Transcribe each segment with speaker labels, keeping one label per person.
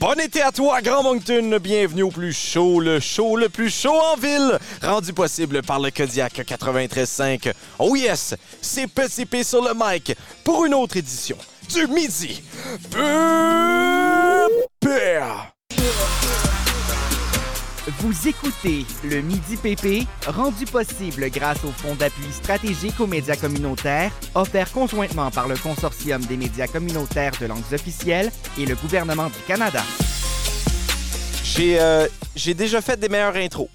Speaker 1: Bon été à toi, Grand Moncton. Bienvenue au plus chaud, le show le plus chaud en ville, rendu possible par le Kodiak 93.5. Oh yes, c'est Petit P sur le mic pour une autre édition du midi. Pépère.
Speaker 2: Vous écoutez le Midi PP, rendu possible grâce au Fonds d'appui stratégique aux médias communautaires, offert conjointement par le Consortium des médias communautaires de langues officielles et le gouvernement du Canada.
Speaker 1: J'ai euh, j'ai déjà fait des meilleures intros.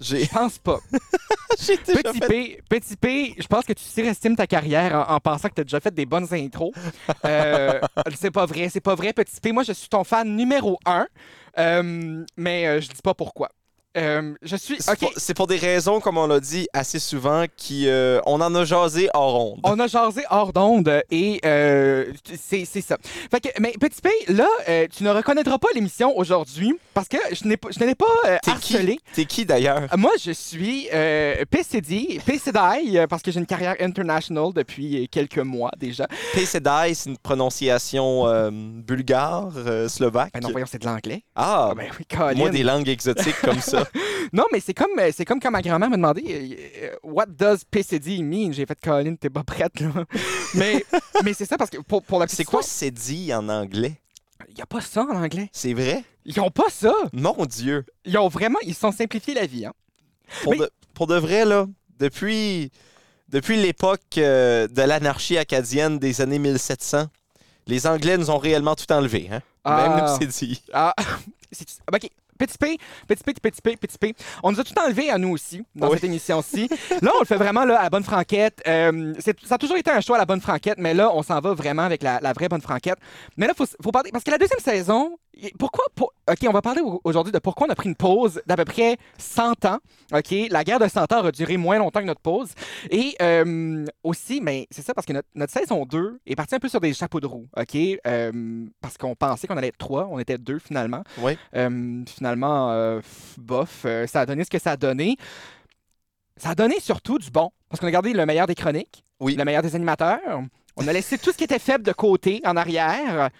Speaker 1: J'ai
Speaker 3: pense pas.
Speaker 1: j'ai déjà
Speaker 3: Ah, euh, Petit
Speaker 1: fait-
Speaker 3: P, petit P, je pense que tu surestimes ta carrière en, en pensant que tu as déjà fait des bonnes intros. Euh, c'est pas vrai, c'est pas vrai, Petit P. Moi, je suis ton fan numéro un, euh, mais euh, je dis pas pourquoi. Euh, je suis.
Speaker 1: C'est
Speaker 3: OK.
Speaker 1: pour- C'est pour des raisons, comme on l'a dit assez souvent, qui euh, on en a jasé hors onde.
Speaker 3: On a jasé hors d'onde et euh, c'est c'est ça. Fait que, mais Petit P, là, euh, tu ne reconnaîtras pas l'émission aujourd'hui parce que je n'ai pas- je ne l'ai pas euh,
Speaker 1: T'es qui?
Speaker 3: harcelé.
Speaker 1: T'es qui d'ailleurs?
Speaker 3: Moi, je suis euh, PCD, PCDI, euh, parce que j'ai une carrière international depuis euh, quelques mois déjà.
Speaker 1: Pesedai, c'est une prononciation euh, bulgare, euh, slovaque.
Speaker 3: Ben non, voyons, c'est de l'anglais.
Speaker 1: Ah,
Speaker 3: Ah ben oui, Colin.
Speaker 1: moi des langues exotiques comme ça.
Speaker 3: Non, mais c'est comme, euh, c'est comme quand ma grand-mère m'a demandé euh, euh, What does PCD mean? » J'ai fait « Colin, t'es pas prête, là. » Mais, mais c'est ça, parce que pour, pour la petite
Speaker 1: C'est quoi
Speaker 3: histoire,
Speaker 1: c'est dit en anglais?
Speaker 3: Il n'y a pas ça en anglais.
Speaker 1: C'est vrai?
Speaker 3: Ils ont pas ça.
Speaker 1: Mon Dieu!
Speaker 3: Ils ont vraiment... Ils se sont simplifiés la vie, hein.
Speaker 1: Pour,
Speaker 3: Mais-
Speaker 1: de, pour de vrai, là, depuis, depuis l'époque euh, de l'anarchie acadienne des années 1700, les Anglais nous ont réellement tout enlevé. Hein? Même
Speaker 3: Ah.
Speaker 1: nous, c'est dit.
Speaker 3: Ah, c'est- OK. Petit P, petit P, petit P, petit P. On nous a tout enlevé à nous aussi dans
Speaker 1: Oui.
Speaker 3: cette émission-ci. là, on le fait vraiment là, à la bonne franquette. Euh, c'est- ça a toujours été un choix à la bonne franquette, mais là, on s'en va vraiment avec la, la vraie bonne franquette. Mais là, faut, s- faut parler. Parce que la deuxième saison, y- pourquoi. pour- OK, on va parler au- aujourd'hui de pourquoi on a pris une pause d'à peu près 100 ans. OK, la guerre de 100 ans a duré moins longtemps que notre pause. Et euh, aussi, mais c'est ça parce que notre, notre saison 2 est partie un peu sur des chapeaux de roue, OK? Euh, parce qu'on pensait qu'on allait être 3, on était 2 finalement.
Speaker 1: Oui.
Speaker 3: Euh, finalement, euh, pff, bof, euh, ça a donné ce que ça a donné. Ça a donné surtout du bon, parce qu'on a gardé le meilleur des chroniques,
Speaker 1: Oui.
Speaker 3: le meilleur des animateurs. On a laissé tout ce qui était faible de côté, en arrière.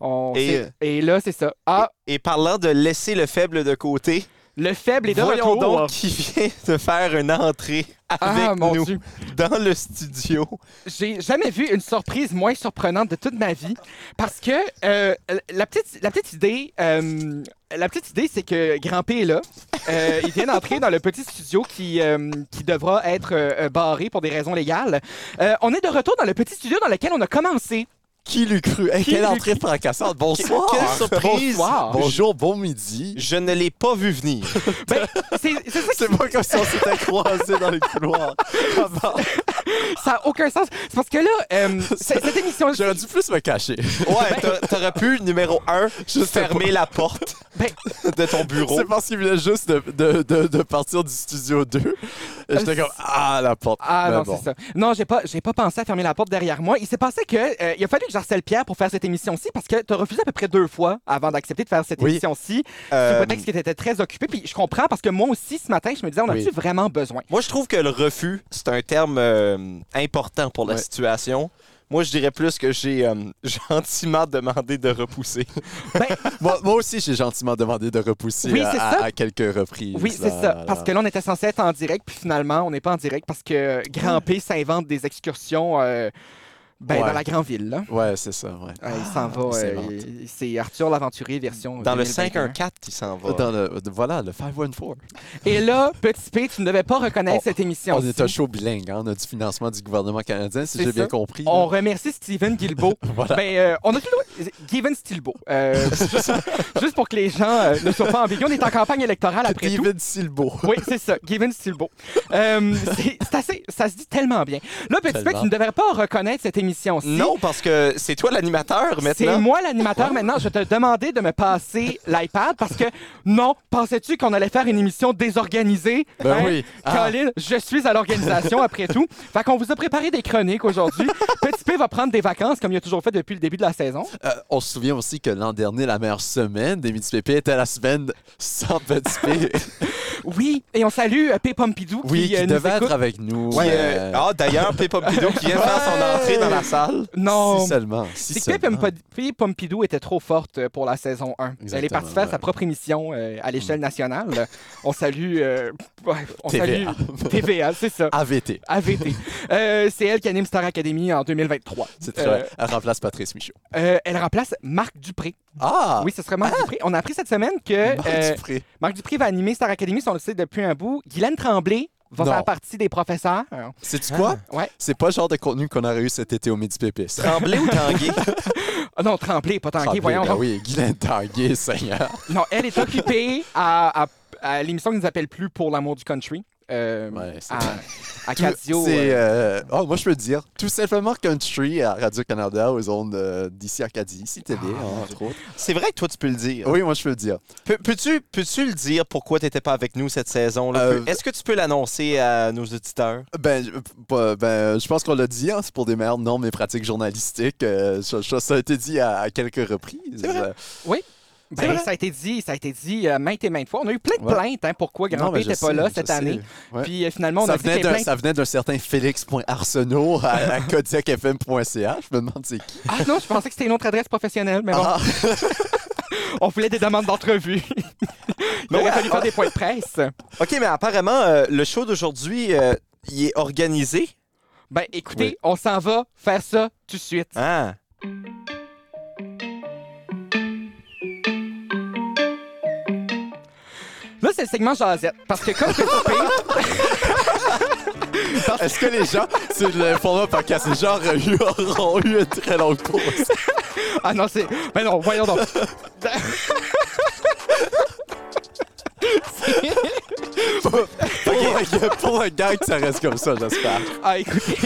Speaker 3: On
Speaker 1: Et,
Speaker 3: s'est-
Speaker 1: euh,
Speaker 3: et là, c'est ça. Ah,
Speaker 1: Et parlant de laisser le faible de côté,
Speaker 3: le faible est de
Speaker 1: voyons
Speaker 3: retour.
Speaker 1: donc qui vient de faire une entrée avec
Speaker 3: ah, mon
Speaker 1: nous
Speaker 3: Dieu.
Speaker 1: dans le studio.
Speaker 3: J'ai jamais vu une surprise moins surprenante de toute ma vie parce que euh, la, petite, la petite idée, euh, la petite idée, c'est que Grand P est là. Euh, il vient d'entrer dans le petit studio qui, euh, qui devra être euh, euh, barré pour des raisons légales. Euh, on est de retour dans le petit studio dans lequel on a commencé.
Speaker 4: Qui l'eût cru? Hey,
Speaker 3: Qui
Speaker 4: quelle
Speaker 3: l'eût
Speaker 4: entrée fracassante! Bonsoir!
Speaker 1: Quelle surprise!
Speaker 3: Bonsoir.
Speaker 4: Bonjour, bon midi.
Speaker 1: Je ne l'ai pas vu venir.
Speaker 3: Ben, c'est c'est ça
Speaker 4: C'est pas comme si on s'était croisés dans les couloirs. Ah bon,
Speaker 3: qui- ça a aucun sens. C'est parce que là, euh, c- cette émission,
Speaker 4: J'aurais dû plus me cacher.
Speaker 1: Ouais, t'a- t'aurais pu, numéro un,
Speaker 4: Juste
Speaker 1: fermer la porte
Speaker 3: Ben-
Speaker 1: de ton bureau.
Speaker 4: C'est parce qu'il venait juste de, de, de, de partir du studio 2. Et J'étais comme, ah, la porte.
Speaker 3: Ah
Speaker 4: Mais
Speaker 3: non,
Speaker 4: bon.
Speaker 3: c'est ça. Non, j'ai pas, j'ai pas pensé à fermer la porte derrière moi. Il s'est passé que euh, il a fallu que j'harcèle Pierre pour faire cette émission-ci parce que t'as refusé à peu près deux fois avant d'accepter de faire cette
Speaker 4: Oui.
Speaker 3: émission-ci. Sous
Speaker 1: Euh,
Speaker 3: prétexte que t'étais très occupé. Puis je comprends parce que moi aussi ce matin, je me disais, on a-tu
Speaker 4: Oui.
Speaker 3: vraiment besoin
Speaker 1: moi, je trouve que le refus, c'est un terme euh, important pour la
Speaker 4: Ouais.
Speaker 1: situation. Moi, je dirais plus que j'ai euh, gentiment demandé de repousser.
Speaker 4: Moi, moi aussi, j'ai gentiment demandé de repousser
Speaker 3: Oui,
Speaker 4: à,
Speaker 3: c'est
Speaker 4: à-
Speaker 3: ça.
Speaker 4: à quelques reprises.
Speaker 3: Oui, c'est
Speaker 4: là,
Speaker 3: ça.
Speaker 4: là.
Speaker 3: Parce que là, on était censé être en direct, puis finalement, on n'est pas en direct parce que Grand P s'invente des excursions euh, ben,
Speaker 4: Ouais. Ah,
Speaker 3: dans la grande ville. là.
Speaker 4: Ouais, c'est ça, ouais.
Speaker 3: Euh, il s'en
Speaker 4: il
Speaker 3: va. euh,
Speaker 4: s'invente.
Speaker 3: il- c'est Arthur l'aventurier version.
Speaker 1: Dans le
Speaker 3: 2021.
Speaker 1: 5-1-4, il s'en va.
Speaker 4: hein. Dans le, voilà, le 514.
Speaker 3: Et là, petit P, tu ne devais pas reconnaître
Speaker 4: On-
Speaker 3: cette émission.
Speaker 4: On est un show bilingue, hein. on a du financement du gouvernement canadien, si
Speaker 3: C'est
Speaker 4: j'ai bien
Speaker 3: ça.
Speaker 4: compris.
Speaker 3: On
Speaker 4: là.
Speaker 3: remercie Steven Guilbeault.
Speaker 4: Voilà.
Speaker 3: Ben, euh, on a tout le droit. Steven Stilbeau. Euh, juste, juste pour que les gens euh, ne soient pas ambigus, on est en campagne électorale après tout.
Speaker 4: David Silbo.
Speaker 3: Oui, c'est ça, Gavin Stilbeau. Euh, c'est c'est assez, ça se dit tellement bien. Là, petit peu,
Speaker 4: Tellement.
Speaker 3: tu ne devrais pas reconnaître cette émission-ci.
Speaker 1: Non, parce que c'est toi l'animateur
Speaker 3: C'est
Speaker 1: maintenant.
Speaker 3: moi l'animateur maintenant. Je te demandais de me passer l'iPad parce que non, pensais-tu qu'on allait faire une émission désorganisée?
Speaker 4: Ben
Speaker 3: Hein?
Speaker 4: oui. Ah.
Speaker 3: Colin, je suis à l'organisation après tout. Fait qu'on vous a préparé des chroniques aujourd'hui. Petit P va prendre des vacances comme il a toujours fait depuis le début de la saison.
Speaker 4: Euh, on se souvient aussi que l'an dernier, la meilleure semaine des Midi Pépé était la semaine sans Petit P.
Speaker 3: Oui, et on salue euh, P. Pompidou
Speaker 4: oui, qui
Speaker 3: euh, nous
Speaker 4: devait
Speaker 3: écoute.
Speaker 4: être avec nous. euh,
Speaker 1: Qui,
Speaker 4: mais,
Speaker 1: euh, Ah, d'ailleurs, Pépé Pompidou qui vient de Ah, faire son entrée dans
Speaker 4: la salle?
Speaker 3: Non.
Speaker 4: Si seulement. Si
Speaker 3: C'est que Pippi
Speaker 4: seulement.
Speaker 3: Pompi- Pompidou était trop forte euh, pour la saison 1. Elle est
Speaker 4: Exactement,
Speaker 3: partie faire
Speaker 4: ouais. Mm.
Speaker 3: sa propre émission euh, à l'échelle nationale. on salue... euh, ouais, on
Speaker 4: TVA.
Speaker 3: salue TVA, c'est ça.
Speaker 4: AVT.
Speaker 3: AVT. Euh, c'est elle qui anime Star Academy en 2023.
Speaker 4: C'est
Speaker 3: Euh,
Speaker 4: très... Elle remplace Patrice Michaud.
Speaker 3: euh, elle remplace Marc Dupré.
Speaker 4: Ah!
Speaker 3: Oui, ce serait Marc Dupré. On a appris cette semaine que
Speaker 4: Marc
Speaker 3: euh,
Speaker 4: Dupré.
Speaker 3: Marc Dupré va animer Star Academy, si on le sait depuis un bout. Guylaine Tremblay va
Speaker 4: Non.
Speaker 3: faire partie des professeurs.
Speaker 4: Sais-tu quoi?
Speaker 1: Ah.
Speaker 3: ouais.
Speaker 4: C'est pas le genre de contenu qu'on aurait eu cet été au Midi Pépé. ça.
Speaker 1: Tremblay ou Tanguay?
Speaker 3: Ah non, Tremblay, pas Tanguay,
Speaker 4: Tremblay,
Speaker 3: voyons.
Speaker 4: ben
Speaker 3: donc.
Speaker 4: oui, Guylaine Tanguay, Seigneur.
Speaker 3: Non, elle est occupée à, à- à l'émission qui nous appelle plus pour l'amour du country. Euh,
Speaker 4: Ouais, c'est-
Speaker 3: à, à
Speaker 4: Tout-
Speaker 3: Cadio.
Speaker 4: C'est.
Speaker 3: euh,
Speaker 4: euh, oh, moi, je peux le dire. Tout simplement country à Radio-Canada, aux ondes euh, d'ici Acadie, ici TV,
Speaker 3: Ah,
Speaker 4: hein,
Speaker 3: mon
Speaker 4: entre autres.
Speaker 1: C'est vrai que toi, tu peux le dire.
Speaker 4: Oui, moi, je peux le dire.
Speaker 1: Pe- Peux-tu peux-tu le dire pourquoi tu n'étais pas avec nous cette saison? là
Speaker 4: Euh,
Speaker 1: Est-ce que tu peux l'annoncer à nos auditeurs?
Speaker 4: Ben, je- ben, ben, je pense qu'on l'a dit, hein, c'est pour des meilleures normes et pratiques journalistiques. euh, je- je- ça a été dit à, à quelques reprises. Euh,
Speaker 1: C'est vrai.
Speaker 3: ben, ça a été dit, ça a été dit euh, maintes et maintes fois. On a eu plein de
Speaker 4: Ouais.
Speaker 3: plaintes hein, pourquoi
Speaker 4: Non,
Speaker 3: Grand
Speaker 4: mais
Speaker 3: P
Speaker 4: je
Speaker 3: n'était pas
Speaker 4: sais,
Speaker 3: là
Speaker 4: je
Speaker 3: cette
Speaker 4: sais.
Speaker 3: année.
Speaker 4: Ouais.
Speaker 3: Puis euh, finalement, on
Speaker 4: ça,
Speaker 3: a dit
Speaker 4: venait
Speaker 3: qu'il y a
Speaker 4: d'un,
Speaker 3: plein de-
Speaker 4: ça venait d'un certain félix.arsenault à, à kodiakfm.ca. Je me demande c'est qui.
Speaker 3: Ah non, je pensais que c'était une autre adresse professionnelle, mais bon.
Speaker 4: Ah.
Speaker 3: On voulait des demandes d'entrevue. Il
Speaker 1: Mais
Speaker 3: aurait
Speaker 1: ouais,
Speaker 3: fallu faire
Speaker 4: ah.
Speaker 3: des points de presse.
Speaker 1: OK, mais apparemment, euh, le show d'aujourd'hui, euh, il est organisé.
Speaker 3: Ben écoutez, on s'en va faire ça tout de suite.
Speaker 1: Ah.
Speaker 3: Là, c'est le segment Jazette. Parce que comme c'est coupé,
Speaker 4: Est-ce que les gens, c'est le format podcast, les gens auraient eu- auront eu une très longue pause?
Speaker 3: Ah non, c'est. Mais non, voyons donc.
Speaker 4: Pour un- pour un gag, ça reste comme ça, j'espère.
Speaker 3: Ah, écoutez.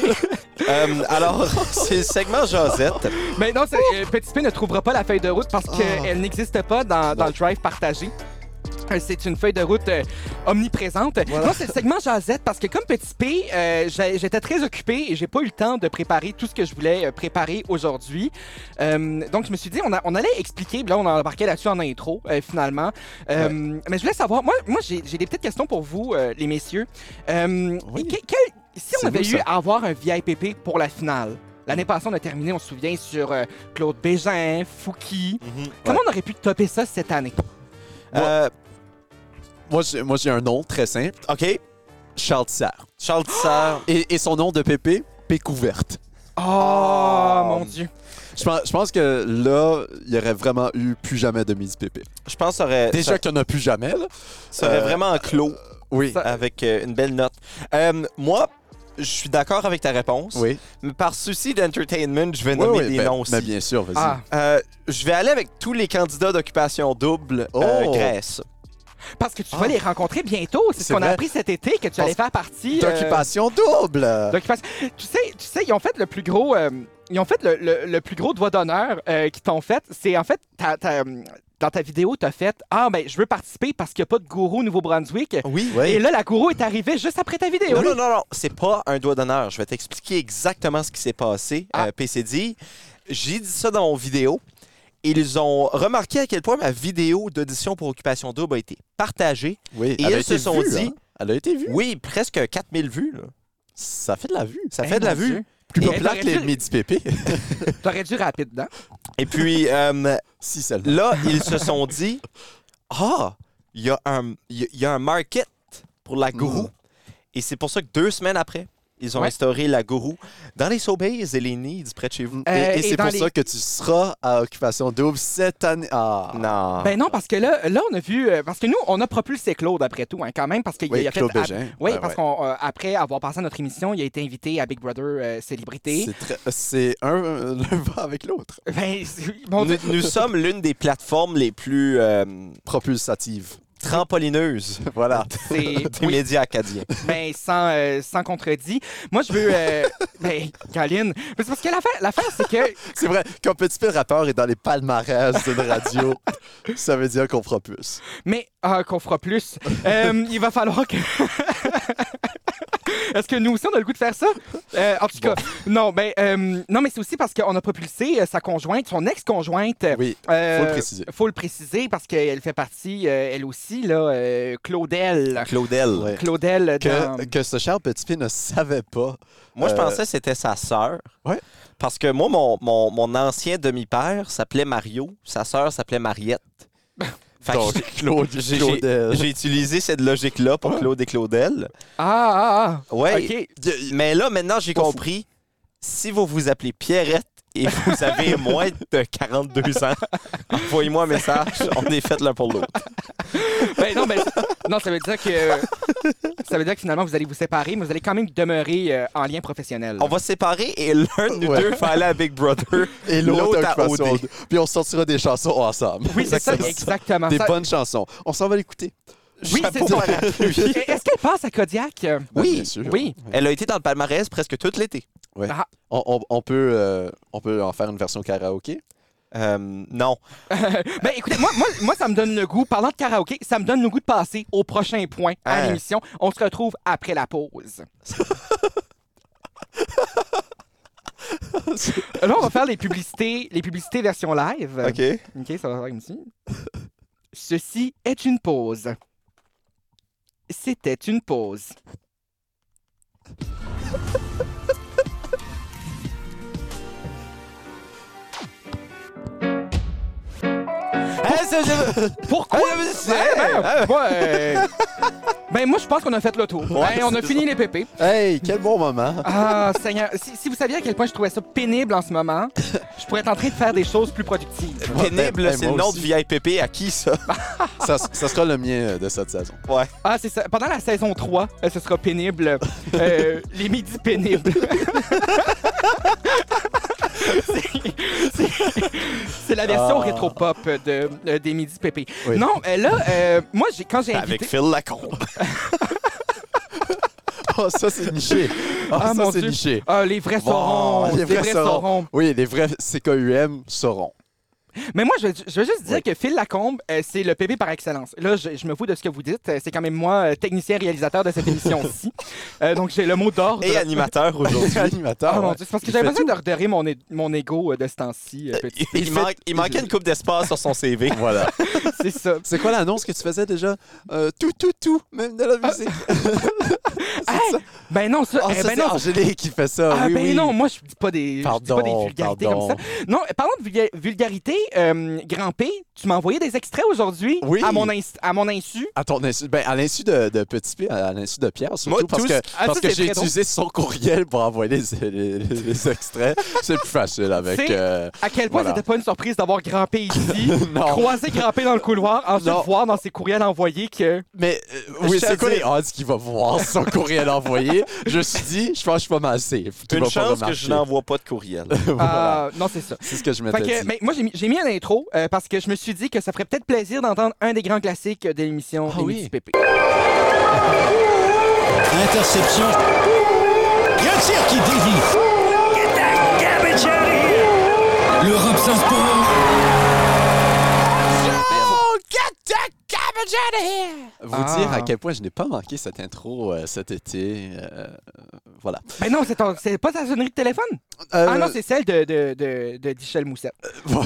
Speaker 1: Euh, alors, c'est le segment Josette.
Speaker 3: Mais non, c'est- euh, Petit P ne trouvera pas la feuille de route parce qu'elle
Speaker 4: Ah.
Speaker 3: n'existe pas dans, dans
Speaker 4: Non.
Speaker 3: le drive partagé. Euh, C'est une feuille de route euh, omniprésente. Non, c'est le segment Jazette parce que comme Petit P, euh, j'ai- j'étais très occupé et j'ai pas eu le temps de préparer tout ce que je voulais euh, préparer aujourd'hui. Euh, donc, je me suis dit, on, a- on allait expliquer, puis là, on a embarqué là-dessus en intro, euh, finalement. Euh, Mais je voulais savoir, moi, moi j'ai j'ai des petites questions pour vous, euh, les messieurs. Euh,
Speaker 4: Oui.
Speaker 3: et que- quel- si on
Speaker 4: C'est
Speaker 3: avait
Speaker 4: beau,
Speaker 3: eu
Speaker 4: ça.
Speaker 3: à avoir un VIPP pour la finale, l'année passée, on a terminé, on se souvient, sur euh, Claude Bégin, Fouki.
Speaker 4: Mhm.
Speaker 3: Comment on aurait pu topper ça cette année?
Speaker 1: Euh,
Speaker 4: Moi, j'ai- moi, j'ai un nom très simple.
Speaker 1: OK.
Speaker 4: Charles Tissard.
Speaker 1: Charles Tissard.
Speaker 4: Et, et son nom de pépé, Pécouverte.
Speaker 3: Oh,
Speaker 1: Ah.
Speaker 3: mon Dieu!
Speaker 4: Je pense, je pense que là, il y aurait vraiment eu plus jamais de midi pépé.
Speaker 1: Je pense que ça aurait,
Speaker 4: Déjà
Speaker 1: ça,
Speaker 4: qu'il n'y en a plus jamais, là.
Speaker 1: ça aurait
Speaker 4: euh,
Speaker 1: vraiment clos
Speaker 4: Oui.
Speaker 3: Ça-
Speaker 1: avec euh, une belle note. Euh, moi, je suis d'accord avec ta réponse.
Speaker 4: Oui.
Speaker 1: Mais par souci d'entertainment, je vais
Speaker 4: Oui,
Speaker 1: nommer
Speaker 4: oui,
Speaker 1: des
Speaker 4: ben-
Speaker 1: noms aussi.
Speaker 4: ben, bien sûr, vas-y.
Speaker 3: Ah.
Speaker 1: Euh, je vais aller avec tous les candidats d'occupation double euh,
Speaker 4: Oh.
Speaker 1: Grèce.
Speaker 3: Parce que tu vas
Speaker 4: Ah.
Speaker 3: les rencontrer bientôt. C'est ce
Speaker 4: C'est
Speaker 3: qu'on a
Speaker 4: vrai.
Speaker 3: appris cet été, que tu allais faire
Speaker 4: Parce-
Speaker 3: partie... euh,
Speaker 4: D'occupation double!
Speaker 3: d'occupation. Tu sais, tu sais, ils ont fait le plus gros... euh, ils ont fait le, le- le plus gros doigt d'honneur euh, qu'ils t'ont fait. C'est en fait... ta- ta- euh, dans ta vidéo, t'as fait Ah, ben, je veux participer parce qu'il n'y a pas de gourou au Nouveau-Brunswick.
Speaker 1: Oui.
Speaker 3: Et là, la gourou est arrivée juste après ta vidéo.
Speaker 1: Non, non, non, non, c'est pas un doigt d'honneur. Je vais t'expliquer exactement ce qui s'est passé.
Speaker 3: Ah.
Speaker 1: euh, PCD, j'ai dit ça dans mon vidéo. Ils ont remarqué à quel point ma vidéo d'audition pour Occupation Double a été partagée.
Speaker 4: Oui,
Speaker 1: Et
Speaker 4: elle a
Speaker 1: elles se
Speaker 4: été
Speaker 1: sont
Speaker 4: vue,
Speaker 1: dit-
Speaker 4: hein. Elle a été vue.
Speaker 1: Oui, presque 4000 vues. là.
Speaker 4: Ça fait de la vue.
Speaker 1: Ça
Speaker 3: Eh,
Speaker 1: fait de la
Speaker 3: mon
Speaker 1: vue.
Speaker 3: Dieu.
Speaker 4: Plus
Speaker 3: Et
Speaker 4: populaire
Speaker 3: elle
Speaker 4: que les
Speaker 3: aurait dû-
Speaker 4: midi pépé.
Speaker 3: T'aurais dû rapide, non?
Speaker 1: Et puis, euh,
Speaker 4: si seulement.
Speaker 1: là, ils se sont dit Ah, il y, a un- il y a- il y a un market pour la gourou.
Speaker 4: Mm.
Speaker 1: Et c'est pour ça que deux semaines après, ils ont
Speaker 3: Hmm. Ouais.
Speaker 1: instauré la gourou dans les Sobeys et les Needs près de chez vous.
Speaker 4: Et,
Speaker 3: Euh,
Speaker 4: et
Speaker 3: et
Speaker 4: c'est
Speaker 3: dans
Speaker 4: pour
Speaker 3: les-
Speaker 4: ça que tu seras à Occupation Double cette année. Ah!
Speaker 1: Non.
Speaker 3: Ben non, parce que là, là, on a vu. euh, parce que nous, on a propulsé Claude après tout, hein, quand même, parce qu'il
Speaker 4: Oui,
Speaker 3: a fait.
Speaker 4: Claude
Speaker 3: ap-
Speaker 4: Bégin.
Speaker 3: oui,
Speaker 4: Ouais,
Speaker 3: parce
Speaker 4: ouais.
Speaker 3: qu'après avoir passé notre émission, il a été invité à Big Brother euh, Célébrité.
Speaker 4: C'est très- C'est un l'un va avec l'autre.
Speaker 3: Ben, c'est-
Speaker 1: nous,
Speaker 3: mon Dieu.
Speaker 1: nous sommes l'une des plateformes les plus euh,
Speaker 4: Propulsative.
Speaker 1: trampolineuses
Speaker 4: Voilà.
Speaker 3: C'est-
Speaker 1: des
Speaker 3: oui,
Speaker 1: médias acadiens.
Speaker 3: ben, sans, euh, sans contredit. Moi, je veux. euh, ben, Caroline. Mais c'est parce que l'affaire, l'affaire, c'est que.
Speaker 4: C'est vrai, quand Petit P le rappeur est dans les palmarès d'une radio, ça veut dire qu'on propulse.
Speaker 3: Mais ah, qu'on fera plus. Euh, il va falloir que. Est-ce que nous aussi, on a le goût de faire ça? Euh, en tout cas, non, ben, euh, non, mais c'est aussi parce qu'on a propulsé euh, sa conjointe, son ex-conjointe.
Speaker 4: Oui,
Speaker 3: euh,
Speaker 4: faut le préciser.
Speaker 3: Faut le préciser parce qu'elle fait partie, euh, elle aussi, là, euh, Claudel.
Speaker 5: Claudel.
Speaker 4: Ouais.
Speaker 3: Claudel dans-
Speaker 4: Que, euh, que ce cher petit pied ne savait pas.
Speaker 1: Moi, je
Speaker 4: Euh,
Speaker 1: pensais que c'était sa sœur.
Speaker 4: Ouais.
Speaker 1: Parce que moi, mon, mon, mon ancien demi-père s'appelait Mario, sa sœur s'appelait Mariette. Fait que j'ai-
Speaker 4: Donc, Claude, euh,
Speaker 1: j'ai-
Speaker 4: Claudel.
Speaker 1: j'ai utilisé cette logique-là pour Claude et Claudel.
Speaker 3: Ah, ah,
Speaker 1: Ouais.
Speaker 3: ah. OK.
Speaker 1: De- Mais là, maintenant, j'ai
Speaker 3: Pas fou.
Speaker 1: compris. Si vous vous appelez Pierrette et vous avez moins de 42 ans, envoyez-moi un message. On est fait l'un pour l'autre.
Speaker 3: Ben, non, ben, non, ça veut dire que. Ça veut dire que finalement, vous allez vous séparer, mais vous allez quand même demeurer euh, en lien professionnel.
Speaker 1: On va se séparer et l'un de nous
Speaker 4: Ouais.
Speaker 1: deux va aller à Big Brother.
Speaker 4: Et l'autre
Speaker 1: l'autre à
Speaker 4: occupation.
Speaker 1: OD.
Speaker 4: Puis on sortira des chansons ensemble.
Speaker 3: Oui, c'est ça, exactement.
Speaker 4: Des
Speaker 3: Ça-
Speaker 4: bonnes chansons. On s'en va l'écouter.
Speaker 3: Oui, c'est ça. Est-ce qu'elle passe à Kodiak?
Speaker 4: Ben,
Speaker 1: Oui,
Speaker 4: bien sûr.
Speaker 3: Oui.
Speaker 1: Elle a été dans le palmarès presque tout l'été.
Speaker 4: On, on- on peut, euh, on peut en faire une version karaoké.
Speaker 1: Euh, non.
Speaker 3: Ben écoutez, moi, moi, moi, ça me donne le goût, parlant de karaoké, ça me donne le goût de passer au prochain point à
Speaker 1: Hein.
Speaker 3: l'émission. On se retrouve après la pause. Là, on va faire les publicités, les publicités version live.
Speaker 1: Eh,
Speaker 3: OK, ça va faire comme ci. Ceci est une pause. C'était une pause. Pourquoi? Ben, ouais. Ben, moi, je pense qu'on a fait le tour. Ben, on a fini les pépés.
Speaker 4: Hey, quel bon moment.
Speaker 3: Ah, Seigneur, si, si vous saviez à quel point je trouvais ça pénible en ce moment, je pourrais être en train de faire des choses plus productives.
Speaker 4: Ouais,
Speaker 1: Pénible,
Speaker 4: ben, ben,
Speaker 1: c'est
Speaker 4: moi
Speaker 1: le nom
Speaker 4: aussi.
Speaker 1: de VIPP. À qui, ça?
Speaker 4: ça, ça sera le mien euh, de cette saison.
Speaker 3: Ah, c'est ça. Pendant la saison 3, euh, ce sera pénible. Euh, les midis pénibles. C'est- c'est- c'est la version
Speaker 4: Ah.
Speaker 3: rétro-pop de, euh, des midis pépés.
Speaker 4: Oui.
Speaker 3: Non, euh, là, euh, moi, j'ai- quand j'ai invité...
Speaker 1: Avec Phil Lacombe.
Speaker 4: Oh, ça, c'est niché. Ah,
Speaker 3: Ah,
Speaker 4: ça,
Speaker 3: mon
Speaker 4: c'est
Speaker 3: Dieu.
Speaker 4: niché.
Speaker 3: Ah, les vrais saurons.
Speaker 4: les vrais saurons. Oui, les vrais CKUM sauront.
Speaker 3: Mais moi, je vais, je vais juste dire que Phil Lacombe, euh, c'est le PV par excellence. Là, je, je me fous de ce que vous dites. Euh, C'est quand même moi, euh, technicien réalisateur de cette émission-ci. Euh, donc, j'ai le mot d'ordre.
Speaker 1: Et animateur aujourd'hui.
Speaker 4: Animateur.
Speaker 3: Ah, mon
Speaker 4: ouais.
Speaker 3: Dieu, c'est parce que
Speaker 4: Il
Speaker 3: j'avais
Speaker 4: fait
Speaker 3: besoin de redorer mon, é- mon ego euh, de ce temps-ci. euh, petit.
Speaker 1: Il, manque- il manquait une coupe d'espace sur son CV.
Speaker 4: Voilà.
Speaker 3: c'est ça.
Speaker 4: C'est quoi l'annonce que tu faisais déjà? Euh, tout, tout, tout, même de la musique.
Speaker 3: Ah. Hey, ben non, ça.
Speaker 4: Ah,
Speaker 3: eh,
Speaker 4: ça,
Speaker 3: ben
Speaker 4: c'est
Speaker 3: non.
Speaker 4: Angélique qui fait ça.
Speaker 3: Ah
Speaker 4: oui,
Speaker 3: ben
Speaker 4: oui.
Speaker 3: non, moi je dis pas des, je dis pas des
Speaker 4: Pardon,
Speaker 3: vulgarités
Speaker 4: pardon.
Speaker 3: comme ça. Non, parlant de vulga- vulgarité, euh, Grand P, tu m'as envoyé des extraits aujourd'hui
Speaker 4: Oui.
Speaker 3: à, mon inst- à mon insu.
Speaker 4: À ton insu, ben, à l'insu de, de Petit P, à l'insu de Pierre, surtout
Speaker 1: Moi,
Speaker 4: parce
Speaker 1: tous-
Speaker 4: que,
Speaker 3: Ah,
Speaker 4: parce
Speaker 3: ça,
Speaker 4: que
Speaker 3: c'est
Speaker 4: j'ai
Speaker 3: très drôle.
Speaker 4: utilisé son courriel pour envoyer les, les- les- les extraits. C'est plus facile avec.
Speaker 3: C'est-
Speaker 4: euh,
Speaker 3: À quel point
Speaker 4: Voilà.
Speaker 3: c'était pas une surprise d'avoir Grand P ici,
Speaker 4: Non.
Speaker 3: croiser Grand P dans le couloir, ensuite
Speaker 4: Non.
Speaker 3: voir dans ses courriels envoyés que
Speaker 4: Mais euh, oui,
Speaker 1: Je
Speaker 4: c'est
Speaker 1: te
Speaker 4: quoi
Speaker 1: dis-
Speaker 4: les odds qu'il va voir son courriel envoyé? Je me suis dit, je pense que je suis pas mal safe. Tout
Speaker 1: Une
Speaker 4: va pas
Speaker 1: chance que je
Speaker 4: remarquer.
Speaker 1: n'envoie pas de courriel.
Speaker 4: Voilà.
Speaker 3: Ah, non, c'est ça.
Speaker 4: C'est ce que je
Speaker 3: Fait
Speaker 4: m'étais
Speaker 3: que,
Speaker 4: dit.
Speaker 3: mais moi, j'ai mis, j'ai mis un intro euh, parce que je me suis dit que ça ferait peut-être plaisir d'entendre un des grands classiques de l'émission
Speaker 4: Ah
Speaker 3: Les
Speaker 4: oui.
Speaker 3: Midi Pépés.
Speaker 6: Interception. Bien sûr qui dévie. L'Europe s'impose.
Speaker 4: Vous
Speaker 3: Ah.
Speaker 4: dire à quel point je n'ai pas manqué cette intro euh, cet été. euh, voilà.
Speaker 3: Mais Ben non, c'est ton- c'est pas ta sonnerie de téléphone? Ah non, c'est celle de, de, de, de Michel Mousset.
Speaker 4: Bon.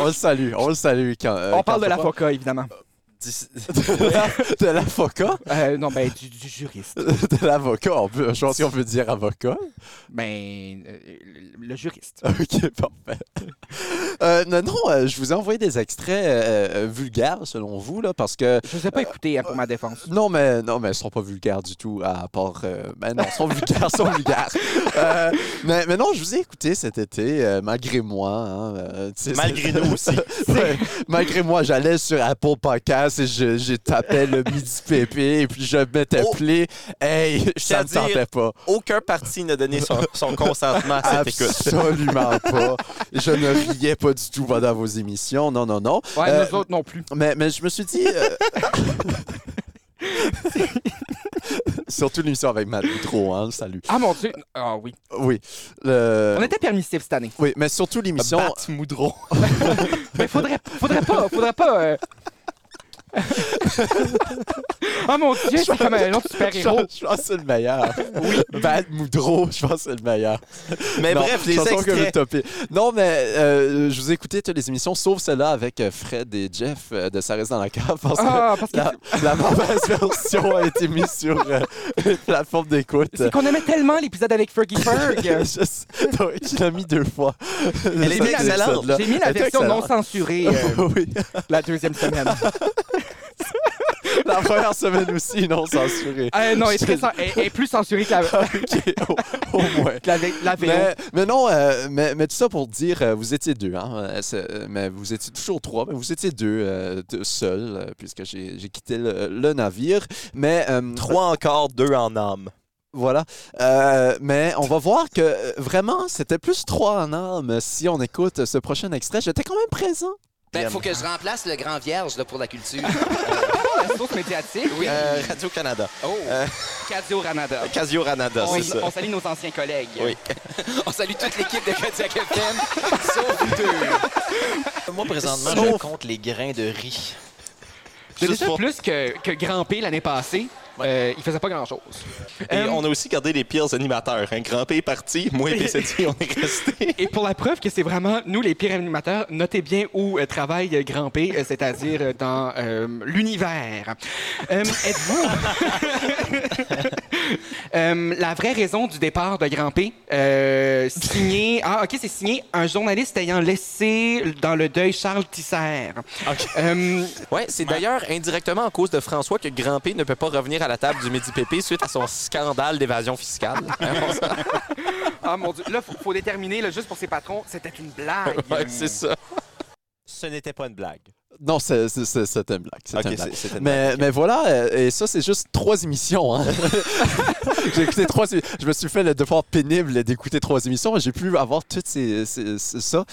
Speaker 4: on le salue, on le salue. Quand, euh,
Speaker 3: On
Speaker 4: quand
Speaker 3: parle de
Speaker 4: faut
Speaker 3: la
Speaker 4: pas-
Speaker 3: foca, évidemment.
Speaker 4: de la- de l'avocat?
Speaker 3: Euh, non, ben, du, du juriste.
Speaker 4: De l'avocat, on peut- je pense qu'on peut dire avocat.
Speaker 3: Ben, euh, le- le juriste.
Speaker 4: Ok, parfait. Euh, non, non, euh, je vous ai envoyé des extraits euh, euh, vulgaires, selon vous, là, parce que...
Speaker 3: Je ne sais pas écouter hein, pour ma défense.
Speaker 4: Non, mais non, mais ils sont pas vulgaires du tout, à part... euh, ben non, ils sont vulgaires, ils sont vulgaires. Euh, mais, mais non, je vous ai écouté cet été, euh, malgré moi. hein, euh, tu sais,
Speaker 1: Malgré
Speaker 4: c'est-
Speaker 1: nous aussi.
Speaker 4: Ouais, malgré moi, j'allais sur Apple Podcast et je, je tapais le midi pépé et puis je mettais
Speaker 1: Oh.
Speaker 4: play. Hey, ça me
Speaker 1: C'est-à-dire-
Speaker 4: tentait pas.
Speaker 1: Aucun parti n'a donné son, son consentement à cette Ah, écoute.
Speaker 4: Absolument pas. Je ne riais pas du tout pendant vos émissions. Non, non, non.
Speaker 3: Ouais,
Speaker 4: Euh,
Speaker 3: nous autres non plus.
Speaker 4: mais, mais je me suis dit. euh, Surtout l'émission avec Matt Boutreau, hein, salut.
Speaker 3: Ah mon Dieu. Ah oui.
Speaker 4: Oui. le-
Speaker 3: On était permissifs cette année. Ben,
Speaker 4: Oui, mais surtout l'émission.
Speaker 1: Bat Moudron.
Speaker 3: Mais faudrait, faudrait pas. Faudrait pas. euh, Oh mon dieu, c'est comme un autre super-héros.
Speaker 4: Je pense que c'est le meilleur. Oui. Bad Moudreau, je pense que c'est le meilleur.
Speaker 1: Mais
Speaker 4: Non,
Speaker 1: Ben bref, les
Speaker 4: chanson que
Speaker 1: extraits.
Speaker 4: j'ai topée. Non, mais euh, je vous ai écouté toutes les émissions, sauf celle-là avec euh, Fred et Jeff euh, de Ça reste dans la cave. Parce que
Speaker 3: Ah, parce que
Speaker 4: la, la mauvaise version a été mise sur euh, une plateforme d'écoute.
Speaker 3: c'est qu'on aimait tellement l'épisode avec Fergie Ferg.
Speaker 4: Je sais- Donc, il l'a mis deux fois.
Speaker 1: Elle est
Speaker 4: Cet
Speaker 1: excellente.
Speaker 4: épisode-là.
Speaker 3: J'ai mis la
Speaker 4: Elle était
Speaker 3: version non
Speaker 4: excellente.
Speaker 3: censurée euh,
Speaker 4: Oui,
Speaker 3: la deuxième semaine.
Speaker 4: la première semaine aussi, non censurée.
Speaker 3: Euh, non, elle est, très cen- elle- elle est plus censurée que la, que
Speaker 4: OK, au- au moins.
Speaker 3: la, vé- la VO.
Speaker 4: Mais, mais non, euh, mais, mais tout ça pour dire, euh, vous étiez deux, hein, euh, c'est- euh, mais vous étiez toujours trois, mais vous étiez deux, euh, deux seuls, euh, puisque j'ai j'ai quitté le, le navire. Mais euh,
Speaker 1: Trois encore, deux en âme.
Speaker 4: voilà. Euh, mais on va voir que euh, vraiment, c'était plus trois en âme si on écoute ce prochain extrait. J'étais quand même présent.
Speaker 7: Ben, faut que je remplace le grand vierge là, pour la culture.
Speaker 1: Oh,
Speaker 3: La source médiatique, oui.
Speaker 1: Euh, Radio-Canada.
Speaker 7: Oh,
Speaker 3: Cadio Ranada.
Speaker 1: Casio Ranada,
Speaker 3: On,
Speaker 1: c'est ça.
Speaker 3: on salue nos anciens collègues.
Speaker 1: Oui.
Speaker 7: on salue toute l'équipe de Kodiak FM, sauf deux.
Speaker 8: Moi, présentement, je
Speaker 1: Sauf-
Speaker 8: compte les grains de riz.
Speaker 3: C'est
Speaker 1: Juste
Speaker 3: déjà
Speaker 1: pour-
Speaker 3: plus que, que Grand P l'année passée. Euh, il faisait pas grand-chose.
Speaker 1: Et
Speaker 3: Euh,
Speaker 1: on a aussi gardé les pires animateurs. Un grand P est parti, moi et PCD, on est restés.
Speaker 3: Et pour la preuve que c'est vraiment nous les pires animateurs, notez bien où euh, travaille euh, Grand P, euh, c'est-à-dire euh, dans euh, l'univers. Euh, Êtes-vous... Euh, la vraie raison du départ de Grand P, euh, signé... Ah, OK, c'est signé un journaliste ayant laissé dans le deuil Charles Tisser. Euh,
Speaker 1: Ouais, c'est d'ailleurs indirectement en cause de François que Grand P ne peut pas revenir à la table du Midi Pépé suite à son scandale d'évasion fiscale.
Speaker 3: ah, mon Dieu. Là, faut, faut déterminer, là, juste pour ses patrons, c'était une blague.
Speaker 1: Ouais, c'est ça. Ce n'était pas une blague.
Speaker 4: Non, c'est- c'est- c'est- c'était une blague. c'était
Speaker 1: Ok,
Speaker 4: une blague.
Speaker 1: c'est- c'était une
Speaker 4: Mais, mais voilà, euh, et ça, c'est juste trois émissions. hein. j'ai écouté trois émi- Je me suis fait le devoir pénible d'écouter trois émissions et j'ai pu avoir toutes ces, ces- ces- ça.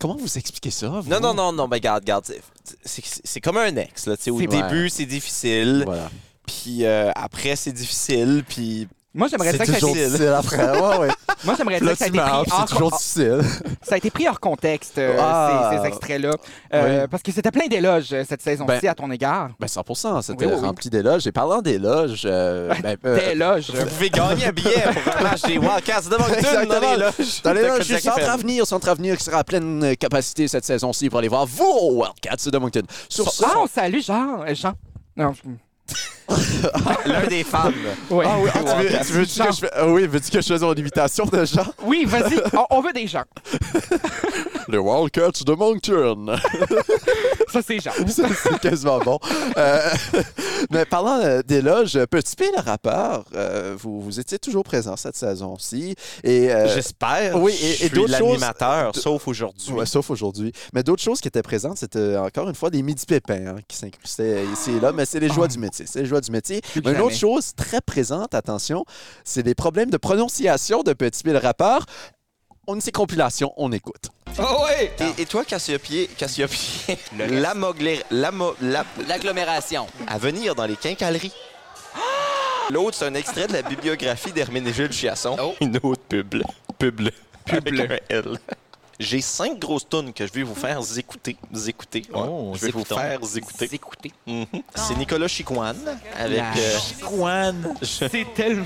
Speaker 4: Comment vous expliquez ça? vous?
Speaker 1: Non, non, non, non, mais garde, garde. c'est- C'est c'est comme un ex, là. tu sais, Au
Speaker 4: C'est-
Speaker 1: début, c'est difficile.
Speaker 4: Voilà.
Speaker 1: Puis euh, après, c'est difficile. Puis
Speaker 3: Moi, j'aimerais
Speaker 4: C'est
Speaker 3: ça que ça
Speaker 4: toujours
Speaker 3: ait-
Speaker 4: difficile après. Ouais, ouais.
Speaker 3: moi, j'aimerais
Speaker 4: Là,
Speaker 3: ça que ça ait
Speaker 4: tu
Speaker 3: été
Speaker 4: m'as,
Speaker 3: pris
Speaker 4: c'est
Speaker 1: Ah,
Speaker 3: hors-
Speaker 4: toujours difficile.
Speaker 3: Ça a été pris hors contexte, euh,
Speaker 4: Ah.
Speaker 3: ces, ces extraits-là. Euh,
Speaker 4: Oui.
Speaker 3: Parce que c'était plein d'éloges euh, cette saison-ci
Speaker 4: Ben.
Speaker 3: à ton égard.
Speaker 4: Ben 100 c'était
Speaker 3: Oui, oui, oui.
Speaker 4: rempli d'éloges. Et parlant d'éloges, euh, ben, euh,
Speaker 3: D'éloges.
Speaker 1: vous pouvez gagner un billet pour un match des Wildcats de Moncton dans
Speaker 4: Exactement.
Speaker 1: les loges.
Speaker 4: Dans les
Speaker 1: de
Speaker 4: loges du
Speaker 1: Kodiak
Speaker 4: Centre
Speaker 1: FM.
Speaker 4: Avenir, Centre Avenir qui sera à pleine capacité cette saison-ci pour aller voir vos Wildcats de Moncton. Sur ce,
Speaker 3: Ah, on salue Jean. euh, Jean. Non, je-
Speaker 1: L'un des fans.
Speaker 3: ouais.
Speaker 4: Ah oui, ah, tu veux,
Speaker 3: Ouais.
Speaker 4: tu veux
Speaker 3: Jean.
Speaker 4: que je fais- ah oui, veux-tu que je fasse mon imitation de Jean?
Speaker 3: Oui, vas-y, on, on veut des gens.
Speaker 4: Le Wildcats de Moncton.
Speaker 3: Ça, c'est Jean.
Speaker 4: Ça, c'est quasiment bon. Euh, mais parlant euh, d'éloges, Petit P, le rappeur, euh, vous, vous étiez toujours présent cette saison-ci. Et, euh,
Speaker 1: J'espère.
Speaker 4: oui,
Speaker 1: Je
Speaker 4: et- et
Speaker 1: suis
Speaker 4: d'autres choses-
Speaker 1: l'animateur, sauf aujourd'hui.
Speaker 4: Ouais, sauf aujourd'hui. Mais d'autres choses qui étaient présentes, c'était euh, encore une fois des midi pépins hein, qui s'incrustaient ici et là. Mais c'est les
Speaker 1: Ah.
Speaker 4: joies du métier. C'est les joies du métier. Mais une
Speaker 3: jamais.
Speaker 4: autre chose très présente, attention, c'est les problèmes de prononciation de Petit P, le rappeur. On une de ses compilations, on écoute.
Speaker 1: Et, et toi, Cassiopier, Cassiopier, la mogler, la mo- la-
Speaker 7: L'agglomération.
Speaker 1: à venir dans les quincailleries. L'autre, c'est un extrait de la bibliographie d'Herménégilde Chiasson.
Speaker 7: Oh.
Speaker 1: Une autre pub. là. Pub. là. Avec un L. J'ai cinq grosses tunes que je vais vous faire écouter. Écouter. ouais.
Speaker 8: Oh,
Speaker 1: je vais vous
Speaker 8: écoutons.
Speaker 1: faire écouter. Mhm. C'est Nicolas Chicoine avec.
Speaker 3: La
Speaker 1: euh,
Speaker 8: Chicoine.
Speaker 3: C'est tellement.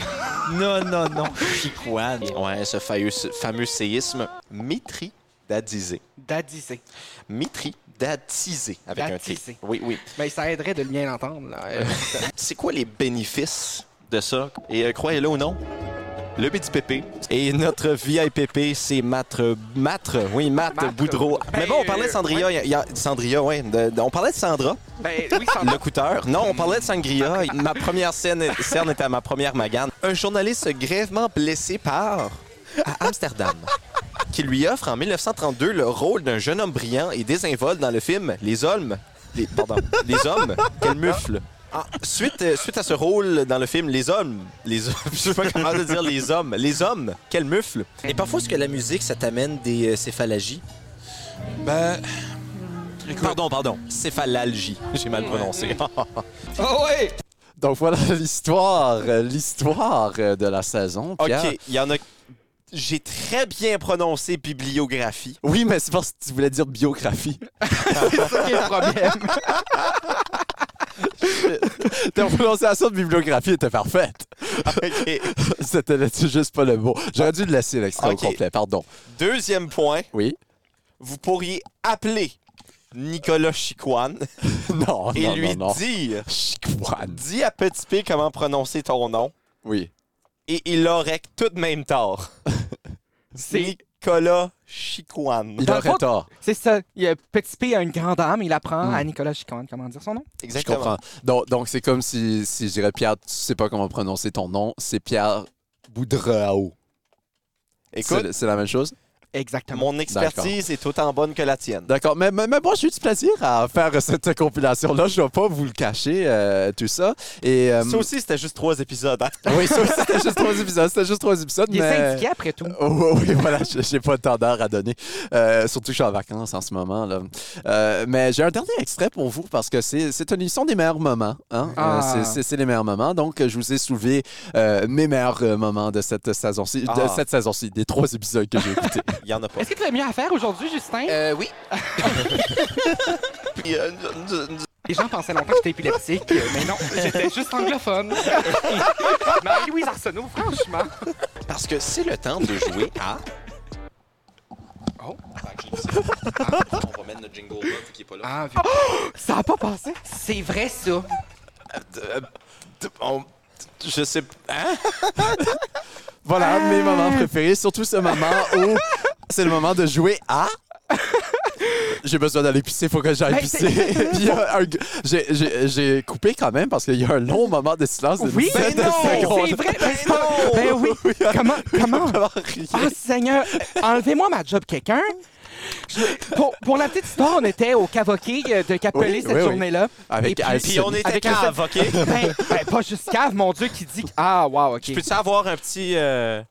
Speaker 8: Non, non, non. Chicoine.
Speaker 1: ouais, ce fameux, ce fameux séisme. Mitri d'Adizé.
Speaker 3: Dadisé.
Speaker 1: Mitri d'Adizé avec un
Speaker 3: D'Adizé.
Speaker 1: T. Oui, oui.
Speaker 3: Ben, ça aiderait de le bien entendre. là. Euh,
Speaker 1: C'est quoi les bénéfices de ça? Et euh, croyez-le ou non, le petit pépé. Et notre VIPP, c'est Matre... Matre, oui, Matre
Speaker 3: Matre.
Speaker 1: Boudreau.
Speaker 3: Ben,
Speaker 1: Mais bon, on parlait de
Speaker 3: euh,
Speaker 1: Sandria. il y a- Sandria, oui. de- de- on parlait de Sandra,
Speaker 3: ben, oui, ça
Speaker 1: le couteur. Non, on parlait de Sangria.
Speaker 8: Ah.
Speaker 1: Et ma première scène, scène était à ma première magane. Un journaliste grèvement blessé par... à Amsterdam. qui lui offre en 1932 le rôle d'un jeune homme brillant et désinvolte dans le film Les Hommes. Les, pardon, les Hommes. Quel mufle. Ah, suite, euh, suite à ce rôle dans le film Les Hommes, les hommes, je sais pas comment le dire les hommes, les hommes, quel mufle.
Speaker 8: Et parfois, est-ce que la musique, ça t'amène des euh, céphalagies?
Speaker 1: Ben, pardon, pardon, céphalalgie, j'ai mal prononcé.
Speaker 3: Ah
Speaker 4: Donc voilà l'histoire, euh, l'histoire euh, de la saison. Pierre.
Speaker 1: ok, il y en a. J'ai très bien prononcé bibliographie.
Speaker 4: Oui, mais c'est parce que tu voulais dire biographie.
Speaker 3: c'est ça qui est le problème.
Speaker 4: Ta prononciation de bibliographie était parfaite.
Speaker 1: OK.
Speaker 4: C'était là-dessus juste pas le mot. J'aurais dû le laisser l'extrait
Speaker 1: Ok.
Speaker 4: au complet, pardon.
Speaker 1: Deuxième point,
Speaker 4: Oui.
Speaker 1: vous pourriez appeler Nicolas Chicoine
Speaker 4: Non,
Speaker 1: et
Speaker 4: non,
Speaker 1: lui
Speaker 4: non, non.
Speaker 1: dire
Speaker 4: Chicoine.
Speaker 1: Dis à Petit P comment prononcer ton nom
Speaker 4: Oui.
Speaker 1: et il aurait tout de même tort.
Speaker 3: C'est-
Speaker 1: Nicolas Chicoine.
Speaker 4: Il
Speaker 3: Dans le
Speaker 4: aurait
Speaker 3: fond,
Speaker 4: tort.
Speaker 3: C'est ça. Il y a Petit P a une grande âme. Il apprend
Speaker 4: Hmm.
Speaker 3: à Nicolas Chicon comment dire son nom.
Speaker 4: Je comprends. Donc, donc c'est comme si, si je dirais Pierre, tu sais pas comment prononcer ton nom, c'est Pierre Boudrao.
Speaker 1: Écoute,
Speaker 4: C'est c'est la même chose?
Speaker 3: Exactement.
Speaker 1: mon expertise est autant bonne que la tienne.
Speaker 4: D'accord, mais, mais, mais moi, j'ai eu du plaisir à faire cette compilation-là. Je vais pas vous le cacher, euh, tout ça. Et, euh,
Speaker 1: Ça aussi, c'était juste trois épisodes. hein.
Speaker 4: oui, ça aussi, c'était juste trois épisodes. C'était juste trois épisodes,
Speaker 3: Il est
Speaker 4: mais...
Speaker 3: syndiqué après tout.
Speaker 4: Oh, oh, oui, voilà, je- j'ai pas tant d'heures à donner. Euh, surtout que je suis en vacances en ce moment. Là. Euh, mais j'ai un dernier extrait pour vous parce que c'est c'est une émission des meilleurs moments. hein. Euh,
Speaker 3: Ah.
Speaker 4: c'est- c'est- c'est les meilleurs moments. Donc, je vous ai soulevé euh, mes meilleurs euh, moments de cette saison-ci, de
Speaker 1: Ah.
Speaker 4: cette saison-ci, des trois épisodes que j'ai écoutés.
Speaker 1: Il y en a pas.
Speaker 3: Est-ce que tu as mieux à faire aujourd'hui, Justin?
Speaker 7: Euh, oui.
Speaker 3: Les gens pensaient longtemps que j'étais épileptique, euh, mais non, j'étais juste anglophone. Marie-Louise Arsenault, franchement.
Speaker 1: Parce que c'est le temps de jouer à. Oh, Ah,
Speaker 7: On va mettre notre jingle là, vu qu'il est pas là.
Speaker 3: Ah, ça a pas passé. C'est vrai, ça.
Speaker 1: On- Je sais. Hein?
Speaker 4: voilà, mes moments préférés, surtout ce moment où c'est le moment de jouer à. J'ai besoin d'aller pisser, faut que j'aille
Speaker 3: Ben,
Speaker 4: pisser. Puis il y a un g- j'ai- j'ai j'ai coupé quand même parce qu'il y a un long moment de silence de
Speaker 3: Oui, ben
Speaker 4: 17 secondes.
Speaker 3: c'est vrai. Ben, ben oui. Comment, comment?
Speaker 4: Vraiment rien.
Speaker 3: Ah, Seigneur, enlevez-moi ma job, quelqu'un. Je- Pour, pour la petite histoire, on était au Cavoquet euh, de Capelé
Speaker 4: Oui,
Speaker 3: cette
Speaker 4: oui, oui.
Speaker 3: journée-là.
Speaker 4: Avec
Speaker 3: Et puis-
Speaker 4: Alcine.
Speaker 1: Puis on était
Speaker 3: Avec le
Speaker 1: cave, OK?
Speaker 3: Ben, ben, pas juste cave, mon Dieu, qui dit... Ah, wow, OK.
Speaker 1: Je peux-tu avoir un petit. euh,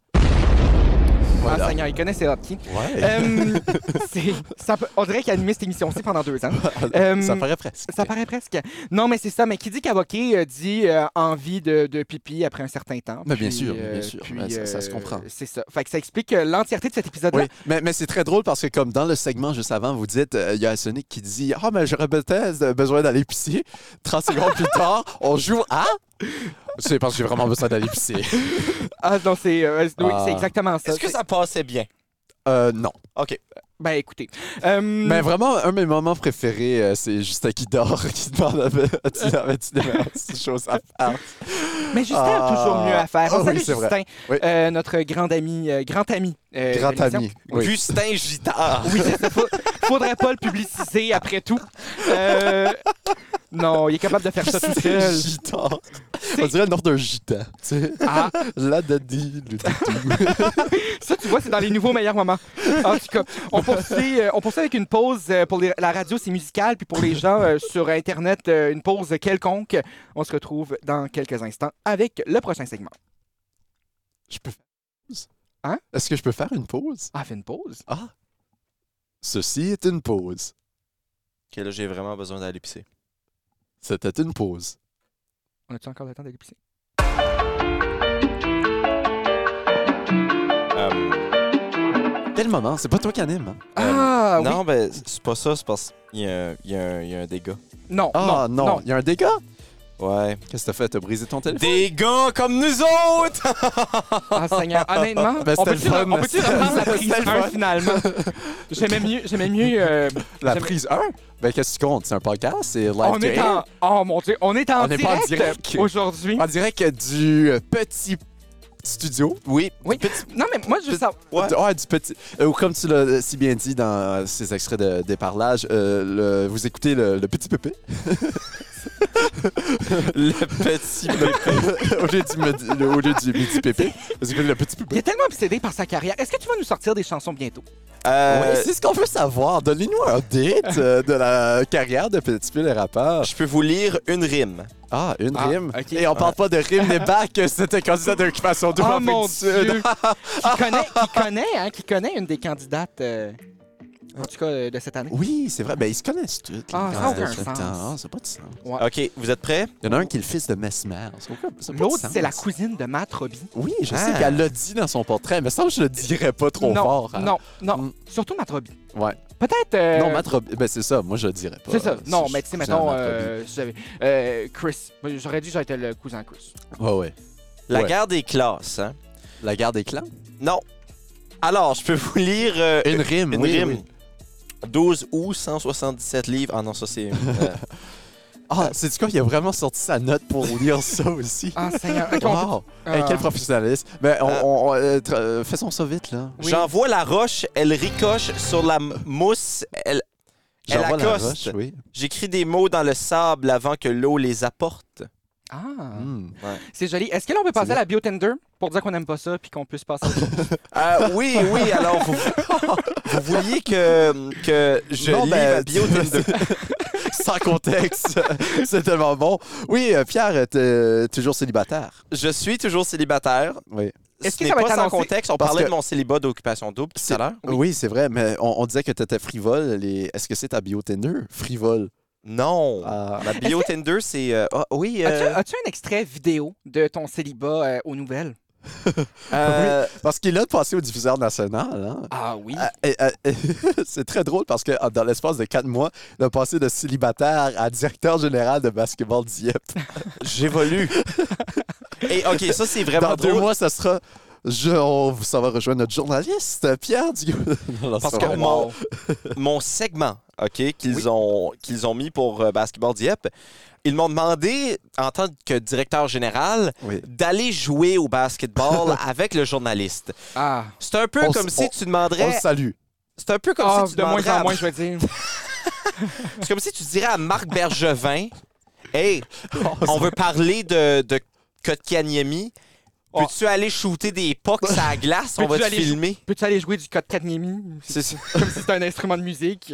Speaker 3: Ah, Seigneur, il connaît ses hotkeys.
Speaker 4: Ouais.
Speaker 3: Euh, c'est- ça peut- on dirait qu'il a animé cette émission-ci pendant deux ans. Euh,
Speaker 4: ça paraît presque.
Speaker 3: Ça paraît presque. Non, mais c'est ça. Mais qui dit cavoquer euh, dit euh, envie de, de pipi après un certain temps.
Speaker 4: Mais bien
Speaker 3: Puis, euh,
Speaker 4: sûr, bien sûr. Mais ça- ça se comprend.
Speaker 3: C'est ça. Fait que ça explique euh, l'entièreté de cet épisode-là.
Speaker 4: Oui, mais, mais c'est très drôle parce que comme dans le segment juste avant, vous dites, euh, il y a Sonic qui dit « Ah, mais j'aurais peut-être euh, besoin d'aller pisser. » 30 secondes plus tard, on joue à... C'est parce que j'ai vraiment besoin d'aller pisser.
Speaker 3: Ah non, c'est euh, oui,
Speaker 4: Ah.
Speaker 3: c'est exactement ça.
Speaker 1: Est-ce que
Speaker 3: C'est-
Speaker 1: ça passait bien?
Speaker 4: Euh, non.
Speaker 1: OK.
Speaker 3: Ben écoutez. Euh,
Speaker 4: Mais vraiment, un de mes moments préférés, euh, c'est Justin qui dort, qui demande « As-tu avais-tu des meilleures choses à faire?
Speaker 3: mais Justin a
Speaker 4: Ah.
Speaker 3: toujours mieux à faire.
Speaker 4: Ah
Speaker 3: On
Speaker 4: oui,
Speaker 3: salue
Speaker 4: c'est vrai.
Speaker 3: Justin,
Speaker 4: Oui.
Speaker 3: euh, notre grand ami, euh, grand ami. euh, » de
Speaker 4: Grand
Speaker 3: l'émission.
Speaker 4: ami. Oui.
Speaker 1: Justin Gitard.
Speaker 3: Oui, c'est ça. Faut- Faudrait pas le publiciser après tout. Euh, non, il est capable de faire ça tout seul.
Speaker 4: Gitan. On dirait le nom d'un gitan. tu sais.
Speaker 3: Ah.
Speaker 4: La daddy, le
Speaker 3: Ça, tu vois, c'est dans les nouveaux meilleurs moments. En tout cas, on poursuit, euh, on poursuit avec une pause. euh, pour les- la radio, c'est musical. Puis pour les gens euh, sur Internet, euh, une pause quelconque. On se retrouve dans quelques instants avec le prochain segment.
Speaker 4: Je peux faire une pause?
Speaker 3: Hein?
Speaker 4: Est-ce que je peux faire une pause?
Speaker 3: Ah, fait une pause?
Speaker 4: Ah! Ceci est une pause.
Speaker 1: OK, là, j'ai vraiment besoin d'aller pisser.
Speaker 4: C'était une pause.
Speaker 3: On a-tu encore le temps d'aller pisser?
Speaker 1: Euh,
Speaker 4: Quel moment, c'est pas toi qui anime. hein?
Speaker 3: ah, oui.
Speaker 1: non, ben, c'est pas ça, c'est parce qu'il y, a un- il y a un- il y a un dégât.
Speaker 3: Non,
Speaker 4: Ah non, il y a un dégât.
Speaker 1: Ouais.
Speaker 4: Qu'est-ce que t'as fait? T'as brisé ton téléphone?
Speaker 1: Des gars comme nous autres!
Speaker 3: Ah, Seigneur, honnêtement,
Speaker 4: Ben,
Speaker 3: on
Speaker 4: c'était
Speaker 3: peut-tu
Speaker 4: le fun,
Speaker 3: on peut-tu
Speaker 4: c'était-
Speaker 3: reprendre la prise
Speaker 4: c'était le
Speaker 3: 1
Speaker 4: fun.
Speaker 3: finalement? J'aimais mieux, j'aimais mieux euh,
Speaker 4: La
Speaker 3: J'aime-
Speaker 4: prise 1? Ben qu'est-ce que tu comptes? C'est un podcast? C'est live
Speaker 3: on
Speaker 4: to
Speaker 3: est
Speaker 4: air?
Speaker 3: en... Oh mon Dieu, on est en
Speaker 4: On est
Speaker 3: direct,
Speaker 4: pas en direct. Ah.
Speaker 3: aujourd'hui.
Speaker 4: En direct du euh, petit studio.
Speaker 1: Oui.
Speaker 3: Oui. Non, mais moi, je veux savoir...
Speaker 1: Ouais.
Speaker 4: Du- ouais, du petit. euh, Ou comme tu l'as si bien dit dans euh, ces extraits de, des parlages, euh, le- vous écoutez le, le petit pépé.
Speaker 1: Le petit
Speaker 4: au, lieu du, med- au lieu du petit pépé, vous écoutez le petit pépé.
Speaker 3: Il est tellement obsédé par sa carrière. Est-ce que tu vas nous sortir des chansons bientôt?
Speaker 1: Euh,
Speaker 4: Oui, c'est ce qu'on veut savoir. Donnez-nous un update euh, de la carrière de Petit P le rappeur.
Speaker 1: Je peux vous lire une rime.
Speaker 4: Ah, une
Speaker 3: Ah,
Speaker 4: rime.
Speaker 3: ok.
Speaker 4: Et on parle pas de rime des bacs. C'était candidat d'occupation double
Speaker 3: oh
Speaker 4: en
Speaker 3: mon
Speaker 4: Afrique du Sud.
Speaker 3: Dieu! qui connaît, qui connaît, hein, qui connaît une des candidates, euh, en tout cas, euh, de cette année.
Speaker 4: Oui, c'est vrai. Ben, ils se connaissent tous. les
Speaker 3: Ah, ça a
Speaker 4: candidats
Speaker 3: aucun
Speaker 4: tout le
Speaker 3: sens.
Speaker 4: temps. Ah, ça a pas de sens.
Speaker 1: OK, vous êtes prêts?
Speaker 4: Il y en a un qui est le fils de Mesmer. Ça a aucun- ça a pas de
Speaker 3: L'autre,
Speaker 4: sens.
Speaker 3: c'est la cousine de Matt Robbie.
Speaker 4: Oui, je
Speaker 1: Ah.
Speaker 4: sais qu'elle l'a dit dans son portrait, mais ça, je le dirais pas trop
Speaker 3: non,
Speaker 4: fort. hein.
Speaker 3: non, non,
Speaker 4: Mm.
Speaker 3: surtout Matt Robbie.
Speaker 4: Ouais.
Speaker 3: Peut-être. euh,
Speaker 4: Non, Matt Rob- Ben, c'est ça, moi, je le dirais pas.
Speaker 3: C'est ça.
Speaker 4: Si
Speaker 3: Non,
Speaker 4: je
Speaker 3: mais tu sais,
Speaker 4: cousin à
Speaker 3: mettons,
Speaker 4: Matt Robbie.
Speaker 3: euh, si j'avais- euh, Chris. J'aurais dit que j'aurais été le cousin Chris.
Speaker 4: Ouais, ouais.
Speaker 1: La
Speaker 4: Ouais.
Speaker 1: guerre des classes, hein?
Speaker 4: La guerre des clans.
Speaker 1: Non. Alors, je peux vous lire euh,
Speaker 4: Une rime,
Speaker 1: une
Speaker 4: oui,
Speaker 1: rime.
Speaker 4: oui.
Speaker 1: 12 août, 177 livres. Ah non, ça c'est. euh,
Speaker 4: Ah, c'est du quoi? Il a vraiment sorti sa note pour lire ça aussi.
Speaker 3: Ah, Seigneur. Ok, on Ah.
Speaker 4: Wow! Hey, quel professionnalisme! Mais on,
Speaker 1: Ah.
Speaker 4: on- on- euh, tra- euh, faisons ça vite, là.
Speaker 3: Oui.
Speaker 1: J'envoie la roche, elle ricoche sur la m- mousse. Elle... Elle
Speaker 4: J'envoie la
Speaker 1: accoste.
Speaker 4: roche, oui.
Speaker 1: J'écris des mots dans le sable avant que l'eau les apporte.
Speaker 3: Ah,
Speaker 4: Hmm.
Speaker 3: c'est joli. Est-ce que là, on peut passer
Speaker 4: bien.
Speaker 3: à la biotender pour dire qu'on n'aime pas ça puis qu'on puisse passer à autre chose?
Speaker 1: Euh, oui, oui, alors vous, vous vouliez que, que je
Speaker 4: Non,
Speaker 1: livre
Speaker 4: ben,
Speaker 1: à Bio
Speaker 4: tu-
Speaker 1: Tinder.
Speaker 4: Sans contexte, c'est tellement bon. Oui, euh, Pierre, t'es toujours célibataire.
Speaker 1: Je suis toujours célibataire.
Speaker 4: Oui.
Speaker 3: Est-ce
Speaker 1: Ce
Speaker 3: que
Speaker 1: n'est
Speaker 3: ça va
Speaker 1: pas
Speaker 3: être
Speaker 1: sans
Speaker 3: annoncé?
Speaker 1: contexte. On
Speaker 4: Parce
Speaker 1: parlait
Speaker 4: que-
Speaker 1: de mon célibat d'occupation double tout à l'heure.
Speaker 4: Oui, c'est vrai, mais on, on disait que t'étais frivole. les- Est-ce que c'est ta bio Tinder? Frivole.
Speaker 1: Non.
Speaker 4: Ah.
Speaker 1: La bio Tinder, c'est. euh, ah, oui.
Speaker 3: As-tu
Speaker 1: euh,
Speaker 3: as-tu un extrait vidéo de ton célibat euh, aux nouvelles?
Speaker 4: Ah
Speaker 1: euh,
Speaker 4: Parce qu'il a passé au diffuseur national. hein.
Speaker 3: Ah oui.
Speaker 4: Ah, et, ah, et, c'est très drôle parce que ah, dans l'espace de quatre mois, il a passé de célibataire à directeur général de basketball Dieppe.
Speaker 1: J'évolue. Et OK, ça, c'est vraiment
Speaker 4: Dans deux
Speaker 1: drôle.
Speaker 4: mois, ça sera. Je, on- ça va rejoindre notre journaliste, Pierre Dieu.
Speaker 1: Parce que mon, mon segment, OK, qu'ils ont, qu'ils ont mis pour euh, Basketball Dieppe, ils m'ont demandé, en tant que directeur général,
Speaker 4: Oui.
Speaker 1: d'aller jouer au basketball avec le journaliste.
Speaker 3: Ah.
Speaker 1: C'est un peu
Speaker 4: On s-
Speaker 1: comme si
Speaker 4: on-
Speaker 1: tu
Speaker 4: On le
Speaker 1: demanderais...
Speaker 4: salue.
Speaker 1: C'est un peu comme
Speaker 3: Ah,
Speaker 1: si tu
Speaker 3: de moins
Speaker 1: demanderais à-
Speaker 3: en moins, je veux dire.
Speaker 1: C'est comme si tu dirais à Marc Bergevin, « Hey, on veut parler de, de Kotkaniemi. Peux-tu aller shooter des pucks à la glace? On
Speaker 3: Peux-tu
Speaker 1: va te
Speaker 3: aller
Speaker 1: filmer.
Speaker 3: Peux-tu aller jouer du code Katniemi?
Speaker 1: C'est ça.
Speaker 3: Comme si c'était un instrument de musique.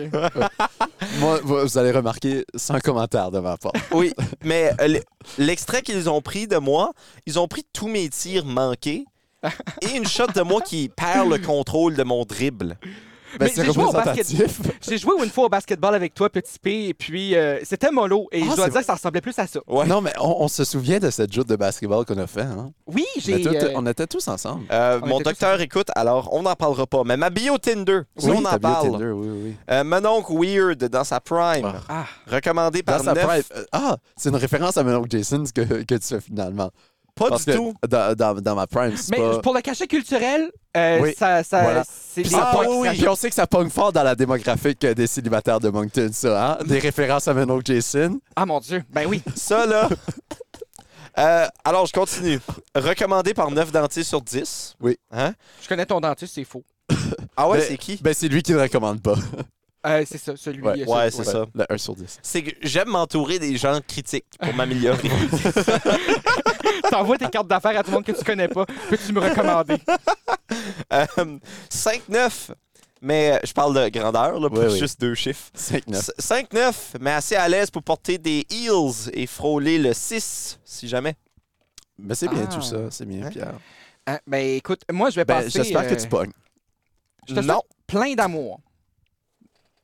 Speaker 4: Moi, vous vous allez remarquer, c'est un commentaire de ma part. Ben,
Speaker 1: Oui, mais euh, l- l'extrait qu'ils ont pris de moi, ils ont pris tous mes tirs manqués et une shot de moi qui perd le contrôle de mon dribble.
Speaker 4: Mais
Speaker 3: Mais
Speaker 4: c'est
Speaker 3: j'ai joué au
Speaker 4: représentatif.
Speaker 3: J'ai joué une fois au basketball avec toi, petit P, et puis euh, c'était mollo. Et
Speaker 4: Ah,
Speaker 3: je dois
Speaker 4: c'est
Speaker 3: dire que ça ressemblait plus à ça.
Speaker 1: Ouais.
Speaker 4: Non, mais on, on se souvient de cette joute de basketball qu'on a fait. Hein?
Speaker 3: Oui,
Speaker 4: On,
Speaker 3: j'ai.
Speaker 4: était-
Speaker 3: euh,
Speaker 4: on était tous ensemble.
Speaker 1: Euh,
Speaker 3: On
Speaker 1: mon
Speaker 3: était tous
Speaker 1: docteur écoute, alors on n'en parlera pas. Mais ma bio Tinder, si on en
Speaker 4: ta bio
Speaker 1: parle.
Speaker 4: Tinder, oui, oui.
Speaker 1: Euh, mon oncle Weird dans sa prime,
Speaker 3: Ah.
Speaker 1: recommandé
Speaker 4: Dans
Speaker 1: par
Speaker 4: sa
Speaker 1: neuf.
Speaker 4: prime- euh, Ah, c'est une référence à Mon Oncle Jason que, que tu fais finalement.
Speaker 1: Pas
Speaker 4: Parce
Speaker 1: du
Speaker 4: que
Speaker 1: tout.
Speaker 4: Dans, dans- dans ma prime, c'est
Speaker 3: Mais
Speaker 4: pas...
Speaker 3: pour le cachet culturel, euh,
Speaker 4: Oui,
Speaker 3: ça, ça-
Speaker 4: voilà.
Speaker 3: c'est
Speaker 4: Puis
Speaker 3: des
Speaker 4: ça Ah
Speaker 3: points
Speaker 1: Ah
Speaker 4: pogne-
Speaker 3: qui
Speaker 4: puis on sait que ça pogne fort dans la démographique euh, des célibataires de Moncton, ça. Hein? Des références à Mon Oncle Jason.
Speaker 3: Ah mon Dieu, ben oui.
Speaker 1: Ça, là. Euh, alors, je continue. Recommandé par 9 dentistes sur 10.
Speaker 4: Oui.
Speaker 1: Hein?
Speaker 3: Je connais ton dentiste, c'est faux.
Speaker 1: Ah ouais,
Speaker 4: Mais-
Speaker 1: c'est qui?
Speaker 4: Ben, c'est lui qui ne recommande pas.
Speaker 3: Euh, c'est ça, celui.
Speaker 4: Ouais,
Speaker 3: euh, celui-
Speaker 1: Ouais, c'est ça.
Speaker 4: Le 1 sur 10.
Speaker 1: C'est que j'aime m'entourer des gens critiques pour m'améliorer.
Speaker 3: T'envoies tes cartes d'affaires à tout le monde que tu connais pas. Peux-tu me recommander?
Speaker 1: Euh, 5-9, mais je parle de grandeur, là, pour
Speaker 4: Oui, oui.
Speaker 1: juste deux chiffres.
Speaker 4: 5-9.
Speaker 1: S- 5-9, mais assez à l'aise pour porter des heels et frôler le 6, si jamais.
Speaker 4: Mais c'est bien
Speaker 3: Ah.
Speaker 4: tout ça. C'est bien,
Speaker 1: Hein?
Speaker 4: Pierre.
Speaker 3: Hein, ben écoute, moi je vais
Speaker 4: Ben,
Speaker 3: passer.
Speaker 4: j'espère que
Speaker 3: euh,
Speaker 4: tu pognes.
Speaker 3: Je te
Speaker 1: Non.
Speaker 3: souhaite plein d'amour.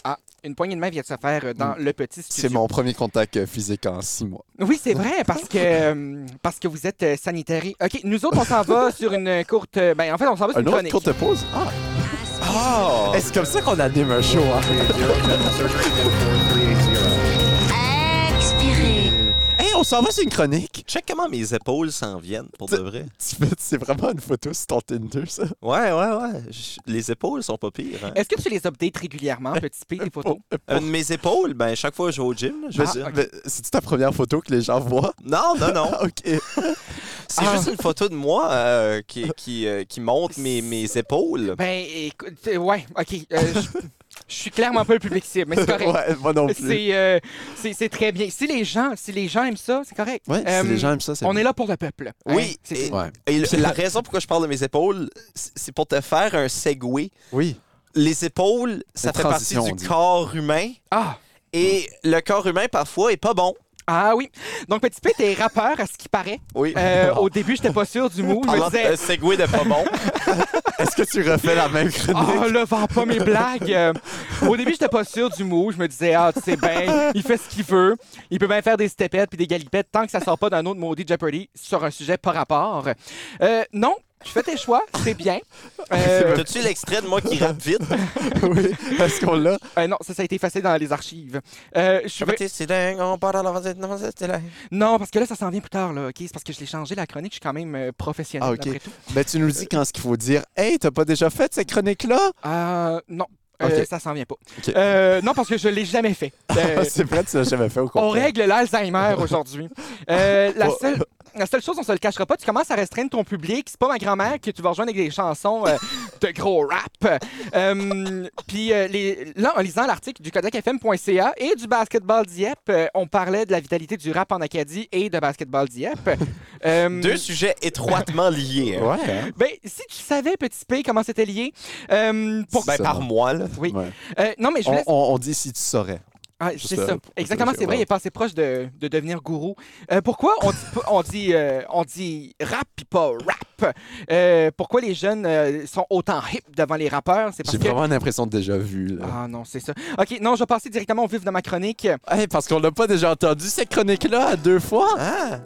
Speaker 3: Ah, une poignée de main vient de se faire euh, dans le petit studio.
Speaker 4: Hmm. C'est mon premier contact euh, physique en 6 mois.
Speaker 3: Oui, c'est vrai, parce que, euh, parce que vous êtes sanitaire. OK, nous autres, on s'en va sur une courte... Ben, en fait, on s'en va sur
Speaker 4: Un
Speaker 3: une
Speaker 4: autre
Speaker 3: chronique.
Speaker 4: courte pause? Ah!
Speaker 1: Oh!
Speaker 4: Hey, c'est comme ça qu'on anime un show, hein?
Speaker 9: Expirez.
Speaker 4: Hey, on s'en va sur une chronique!
Speaker 1: Check comment mes épaules s'en viennent, pour de vrai.
Speaker 4: Tu fais- C'est vraiment une photo sur ton Tinder, ça?
Speaker 1: Ouais, ouais, ouais. Je- Les épaules sont pas pires. hein.
Speaker 3: Est-ce que tu les updates
Speaker 4: Ben,
Speaker 3: régulièrement, petit P, tes photos?
Speaker 4: oh,
Speaker 1: Euh, de mes épaules, ben, chaque fois que je vais au gym, je
Speaker 4: Je
Speaker 1: veux
Speaker 4: veux
Speaker 1: dire-
Speaker 4: dire, Ah, mais C'est-tu ta première photo que les gens voient?
Speaker 1: Non, non, non.
Speaker 4: OK.
Speaker 1: C'est juste une photo de moi euh, qui, qui, euh, qui montre mes, mes épaules.
Speaker 3: Ben, écoute, euh, ouais, OK. euh, je- je suis clairement pas le public cible, mais c'est correct.
Speaker 4: ouais, moi non plus.
Speaker 3: C'est, euh, c'est, c'est très bien. Si les gens, si les gens aiment ça, c'est correct.
Speaker 4: Ouais,
Speaker 3: Euh,
Speaker 4: si les gens aiment ça, c'est
Speaker 3: on est là pour le peuple. hein,
Speaker 1: Oui,
Speaker 3: c'est
Speaker 1: et-
Speaker 3: ça.
Speaker 4: Ouais.
Speaker 1: Et le- la raison pourquoi je parle de mes épaules, c- c'est pour te faire un segue.
Speaker 4: Oui.
Speaker 1: Les épaules, ça
Speaker 4: Une
Speaker 1: fait partie
Speaker 4: transition, on
Speaker 1: du
Speaker 4: dit. Mm.
Speaker 1: corps humain.
Speaker 3: Ah,
Speaker 1: Et le corps humain, parfois, est pas bon.
Speaker 3: ah oui. Donc, petit P, t'es rappeur, à ce qui paraît.
Speaker 1: Oui.
Speaker 3: Euh, au début, j'étais pas sûr du mot. Je me
Speaker 1: Parlant
Speaker 3: disais,
Speaker 1: de euh, segway de pas bon.
Speaker 4: Est-ce que tu refais la même chronique?
Speaker 3: Ah, là, vends pas mes blagues. Euh, au début, j'étais pas sûr du mot. Je me disais, ah, tu sais, ben, il fait ce qu'il veut. Il peut bien faire des stepettes puis des galipettes tant que ça sort pas d'un autre maudit Jeopardy sur un sujet par rapport. Euh, non, tu fais tes choix, c'est bien. Euh,
Speaker 1: T'as-tu l'extrait de moi qui rappe vite?
Speaker 4: oui, parce qu'on l'a.
Speaker 3: euh, non, ça, ça a été effacé dans les archives. Euh, je suis-
Speaker 1: C'est dingue, on part à l'avance, non, c'est dingue.
Speaker 3: Non, parce que là, ça s'en vient plus tard, là, OK? C'est parce que je l'ai changé, la chronique, je suis quand même euh, professionnel,
Speaker 4: Ah, OK.
Speaker 3: après tout.
Speaker 4: Mais tu nous dis quand ce qu'il faut dire. Hey, t'as pas déjà fait cette chronique-là?
Speaker 3: Euh, non, euh,
Speaker 4: OK.
Speaker 3: ça s'en vient pas.
Speaker 4: OK.
Speaker 3: Euh, non, parce que je l'ai jamais fait. Euh,
Speaker 4: Ah, c'est vrai, tu l'as jamais fait au
Speaker 3: on
Speaker 4: contraire.
Speaker 3: règle l'Alzheimer aujourd'hui. Euh, la,
Speaker 4: Oh.
Speaker 3: seule, la seule chose, on se le cachera pas, tu commences à restreindre ton public. C'est pas ma grand-mère que tu vas rejoindre avec des chansons euh, de gros rap. Euh, Puis euh, les- là, en lisant l'article du KodakFM.ca et du Basketball Dieppe, euh, on parlait de la vitalité du rap en Acadie et de Basketball Dieppe. Euh,
Speaker 1: Deux sujets étroitement liés. hein.
Speaker 4: Ouais. hein?
Speaker 3: ben, si tu savais, petit P, comment c'était lié, euh, pour...
Speaker 1: Ben,
Speaker 4: Ça.
Speaker 1: par moi, là.
Speaker 3: Oui.
Speaker 4: Ouais.
Speaker 3: Euh, non, mais je
Speaker 4: On,
Speaker 3: voulais...
Speaker 4: on- on dit si tu saurais.
Speaker 3: Ah,
Speaker 4: Juste,
Speaker 3: c'est
Speaker 4: euh,
Speaker 3: ça.
Speaker 4: pour-
Speaker 3: Exactement,
Speaker 4: pour-
Speaker 3: c'est vrai, il est pas assez proche de, de devenir gourou. Euh, pourquoi on dit, pas- on dit, euh, on dit rap puis pas rap? Euh, pourquoi les jeunes euh, sont autant hip devant les rappeurs? C'est parce
Speaker 4: J'ai
Speaker 3: que...
Speaker 4: vraiment l'impression de déjà vu. Là.
Speaker 3: Ah non, c'est ça. OK, non, je vais passer directement au vif de ma chronique.
Speaker 4: Ah, Hey, parce qu'on l'a pas déjà entendu cette chronique-là à deux fois.
Speaker 3: Hein?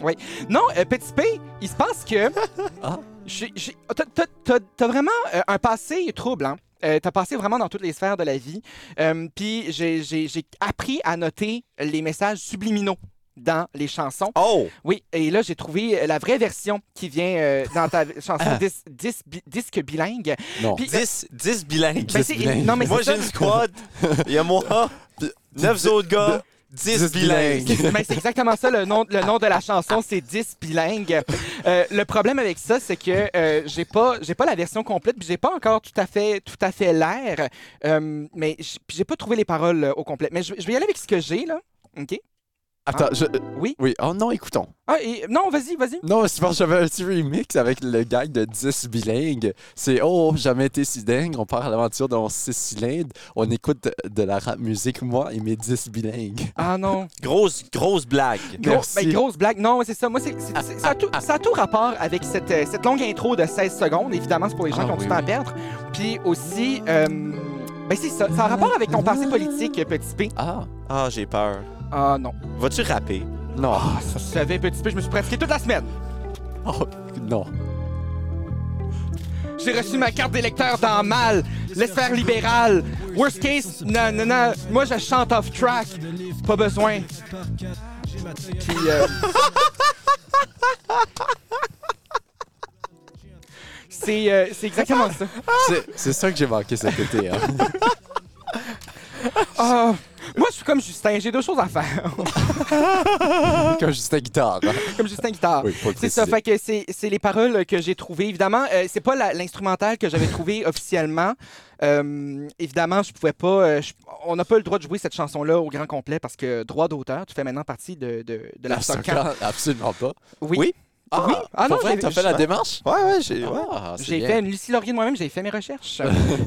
Speaker 3: Non, euh, petit P, il se passe que...
Speaker 4: Ah.
Speaker 3: J'ai- j'ai- t'as- t'as- T'as t'as vraiment euh, un passé trouble, hein? Euh, t'as passé vraiment dans toutes les sphères de la vie. Euh, Puis j'ai- j'ai j'ai appris à noter les messages subliminaux dans les chansons.
Speaker 1: Oh!
Speaker 3: Oui, et là, j'ai trouvé euh, la vraie version qui vient euh, dans ta chanson dis- dis- bi- Disque bilingue.
Speaker 4: Ah. Non.
Speaker 3: Puis-
Speaker 1: 10, 10 bilingues.
Speaker 3: Ben, c'est-
Speaker 4: bilingue.
Speaker 3: non, mais
Speaker 1: moi,
Speaker 3: c'est
Speaker 1: j'ai
Speaker 3: ça.
Speaker 1: une squad. Il y a moi,
Speaker 4: Puis-
Speaker 1: 9 autres gars, 10
Speaker 4: dix
Speaker 1: bilingues.
Speaker 4: bilingues.
Speaker 3: Mais c'est exactement ça, le nom, le nom de la chanson, c'est 10 bilingue. Euh, le problème avec ça, c'est que euh, j'ai pas, j'ai pas la version complète, puis j'ai pas encore tout à fait, tout à fait l'air, euh, mais j- puis j'ai pas trouvé les paroles euh, au complet. Mais je je vais y aller avec ce que j'ai, là. OK?
Speaker 4: Attends, je...
Speaker 3: Ah. Oui?
Speaker 4: Oui, oh non, écoutons.
Speaker 3: Ah, et- non, vas-y, vas-y.
Speaker 4: Non, c'est parce que j'avais un petit remix avec le gag de 10 bilingues. C'est Oh, jamais été si dingue, on part à l'aventure dans 6 cylindres, on écoute de, de la rap musique, moi et mes 10 bilingues.
Speaker 3: Ah non.
Speaker 1: Grosse, grosse blague.
Speaker 3: Gros-
Speaker 4: Merci.
Speaker 3: ben, grosse blague. Non, c'est ça. Moi, c'est, c'est- c'est- ça, a tout, ça a tout rapport avec cette, euh, cette longue intro de 16 secondes. Évidemment, c'est pour les gens
Speaker 4: Ah,
Speaker 3: qui ont du
Speaker 4: oui,
Speaker 3: temps à
Speaker 4: oui.
Speaker 3: perdre. Puis aussi, euh, ben c'est ça. Ça a rapport avec ton passé politique, euh, petit P.
Speaker 4: Ah,
Speaker 1: Ah, j'ai peur.
Speaker 3: Ah non.
Speaker 1: Vas-tu rapper?
Speaker 4: non,
Speaker 3: Je savais, petit P, je me suis pratiqué toute la semaine.
Speaker 4: Oh, non.
Speaker 3: J'ai reçu ma carte d'électeur dans Mal, l'esphère libérale. Worst case, non, non, non. Moi, je chante off track. Pas besoin. Puis, euh, C'est, euh, c'est exactement ça.
Speaker 4: C'est- C'est ça que j'ai manqué cet été. hein.
Speaker 3: Ah, moi, je suis comme Justin, j'ai deux choses à faire. Ah!
Speaker 4: Comme juste la guitare. hein.
Speaker 3: comme Justin Guitare.
Speaker 4: Oui, faut le
Speaker 3: C'est ça,
Speaker 4: préciser.
Speaker 3: fait que c'est c'est les paroles que j'ai trouvées. Évidemment, euh, c'est pas la- l'instrumental que j'avais trouvé officiellement. Euh, évidemment, je pouvais pas. euh, je- on n'a pas le droit de jouer cette chanson-là au grand complet parce que droit d'auteur, tu fais maintenant partie de, de, de la
Speaker 4: Ah, ça
Speaker 3: SOCAN.
Speaker 4: compte Absolument pas.
Speaker 3: Oui.
Speaker 4: Oui?
Speaker 3: oui. Ah non,
Speaker 4: Pour vrai,
Speaker 3: j'ai-
Speaker 4: t'as fait la démarche?
Speaker 1: Ouais, ouais, j'ai. ouais.
Speaker 4: Ah, c'est
Speaker 3: J'ai
Speaker 4: bien.
Speaker 3: fait une Lucie Laurier de moi-même, j'ai fait mes recherches.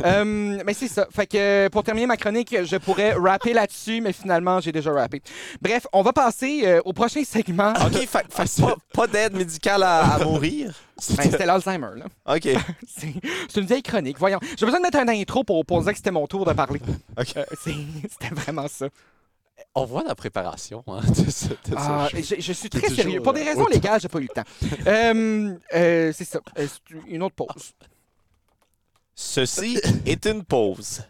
Speaker 3: Euh, mais c'est ça. Fait que euh, pour terminer ma chronique, je pourrais rapper là-dessus, mais finalement, j'ai déjà rappé. Bref, on va passer euh, au prochain segment.
Speaker 4: Ah,
Speaker 1: OK, fa- fa- pas, pas d'aide médicale à, à mourir.
Speaker 3: Ben, C'était l'Alzheimer, là.
Speaker 1: OK.
Speaker 3: C'est c'est une vieille chronique. Voyons. J'ai besoin de mettre un intro pour, pour dire que c'était mon tour de parler.
Speaker 1: OK.
Speaker 3: Euh, c'est- c'était vraiment ça.
Speaker 4: On voit la préparation hein, de ce, de ce
Speaker 3: Ah,
Speaker 4: jeu.
Speaker 3: je, je suis
Speaker 4: T'es
Speaker 3: très
Speaker 4: toujours,
Speaker 3: sérieux. Pour des
Speaker 4: euh,
Speaker 3: raisons
Speaker 4: autant.
Speaker 3: légales, j'ai pas eu le temps. Euh, euh, c'est ça. Euh, c'est une autre pause.
Speaker 1: Ceci est une pause.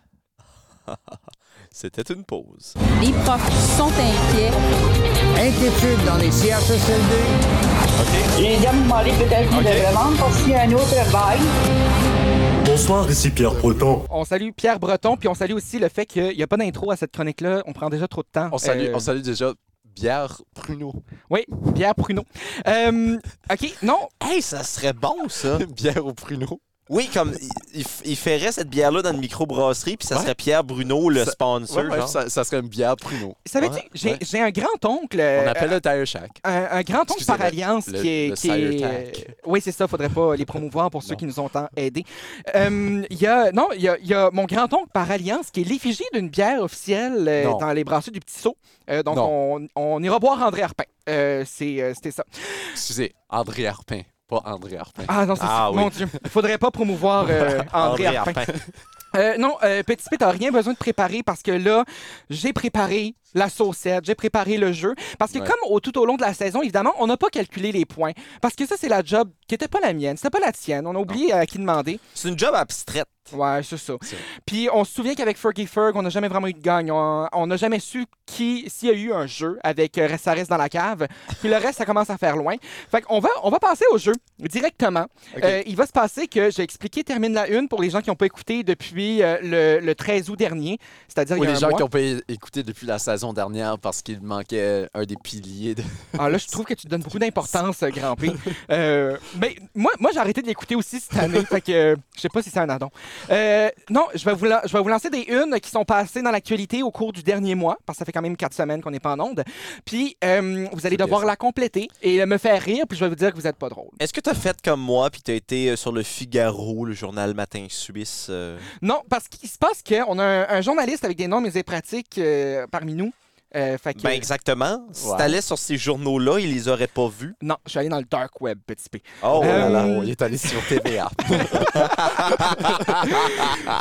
Speaker 1: C'était une pause.
Speaker 9: Les profs sont inquiets.
Speaker 6: Inquiétude dans les CHSLD.
Speaker 10: Les gars me demandaient peut-être qu'ils devraient vendre pour signer un autre bail.
Speaker 11: Bonsoir, ici Pierre Proton.
Speaker 3: On salue Pierre Breton, puis on salue aussi le fait qu'il n'y a pas d'intro à cette chronique-là. On prend déjà trop de temps.
Speaker 4: On salue,
Speaker 3: Euh,
Speaker 4: on salue déjà Bière Pruneau.
Speaker 3: Oui, Pierre Pruneau. Euh, OK, non.
Speaker 1: Hey, ça serait bon, ça.
Speaker 4: Bière au Pruneau.
Speaker 1: Oui, comme il, il f- il ferait cette bière-là dans une microbrasserie, puis ça serait Pierre Bruno, le
Speaker 4: Ça-
Speaker 1: sponsor.
Speaker 4: Ouais, ouais,
Speaker 1: genre.
Speaker 4: ça, ça serait une bière Pruneau.
Speaker 3: Savais-tu, j'ai
Speaker 4: ouais.
Speaker 3: j'ai un grand-oncle.
Speaker 4: On
Speaker 3: euh,
Speaker 4: appelle le Tire Shack.
Speaker 3: un, un grand oncle
Speaker 4: Excusez,
Speaker 3: par
Speaker 4: le-
Speaker 3: alliance
Speaker 4: le-
Speaker 3: qui est.
Speaker 4: le
Speaker 3: qui est-
Speaker 4: sire tac.
Speaker 3: euh, oui, c'est ça, faudrait pas les promouvoir pour ceux qui nous ont tant aidés. Euh, Il y a, non, il y a, il y a mon grand oncle par alliance qui est l'effigie d'une bière officielle euh,
Speaker 4: Non.
Speaker 3: dans les brasseries du Petit Saut. Euh, donc, on,
Speaker 4: Non.
Speaker 3: on ira boire André Arpin. Euh, c'est, euh, C'était ça.
Speaker 4: Excusez, André Arpin, pas André Arpin.
Speaker 3: Ah non, c'est
Speaker 1: Ah
Speaker 3: ça.
Speaker 1: oui.
Speaker 3: Mon Dieu. Faudrait pas promouvoir euh, André, Arpin.
Speaker 1: Arpin.
Speaker 3: Euh, non, euh, petit P, t'as rien besoin de préparer parce que là, j'ai préparé la saucette, j'ai préparé le jeu. Parce que
Speaker 1: Ouais.
Speaker 3: comme au, tout au long de la saison, évidemment, on n'a pas calculé les points. Parce que ça, c'est la job qui n'était pas la mienne, c'était pas la tienne. On a oublié à qui demander.
Speaker 1: C'est une job abstraite.
Speaker 3: Ouais, c'est ça. Puis on se souvient qu'avec Fergie Ferg, on n'a jamais vraiment eu de gagne. On on n'a jamais su qui s'il y a eu un jeu avec euh, Reste- ça reste dans la cave. Puis le reste, ça commence à faire loin. Fait qu'on va, on va passer au jeu directement. Euh, il va se passer que j'ai expliqué Termine la Une pour les gens qui n'ont pas écouté depuis euh, le, le 13 août dernier, c'est-à-dire il
Speaker 4: Ou
Speaker 3: y a
Speaker 4: les
Speaker 3: un
Speaker 4: gens
Speaker 3: mois.
Speaker 4: qui ont pas écouté depuis la saison dernière parce qu'il manquait un des piliers de.
Speaker 3: Ah là, je trouve que tu donnes beaucoup d'importance, euh, Grand P. Euh, ben, moi, moi j'ai arrêté de l'écouter aussi cette année, fait que euh, je sais pas si c'est un addon. Euh, non, je vais, vous lan- je vais vous lancer des unes qui sont passées dans l'actualité au cours du dernier mois, parce que ça fait quand même quatre semaines qu'on n'est pas en onde. Puis, euh, vous allez devoir la compléter et euh, me faire rire, puis je vais vous dire que vous n'êtes pas drôle.
Speaker 1: Est-ce que t'as fait comme moi, puis t'as été euh, sur le Figaro, le journal matin suisse? euh,
Speaker 3: Non, parce qu'il se passe qu'on a un, un journaliste avec des noms et des pratiques euh, parmi nous. Euh, fait que-
Speaker 1: Ben exactement. Si
Speaker 3: Ouais.
Speaker 1: t'allais sur ces journaux-là, ils les auraient pas vus.
Speaker 3: Non, je suis allé dans le dark web, petit p.
Speaker 1: Oh là là,
Speaker 3: Euh,
Speaker 1: on est allé sur TVA.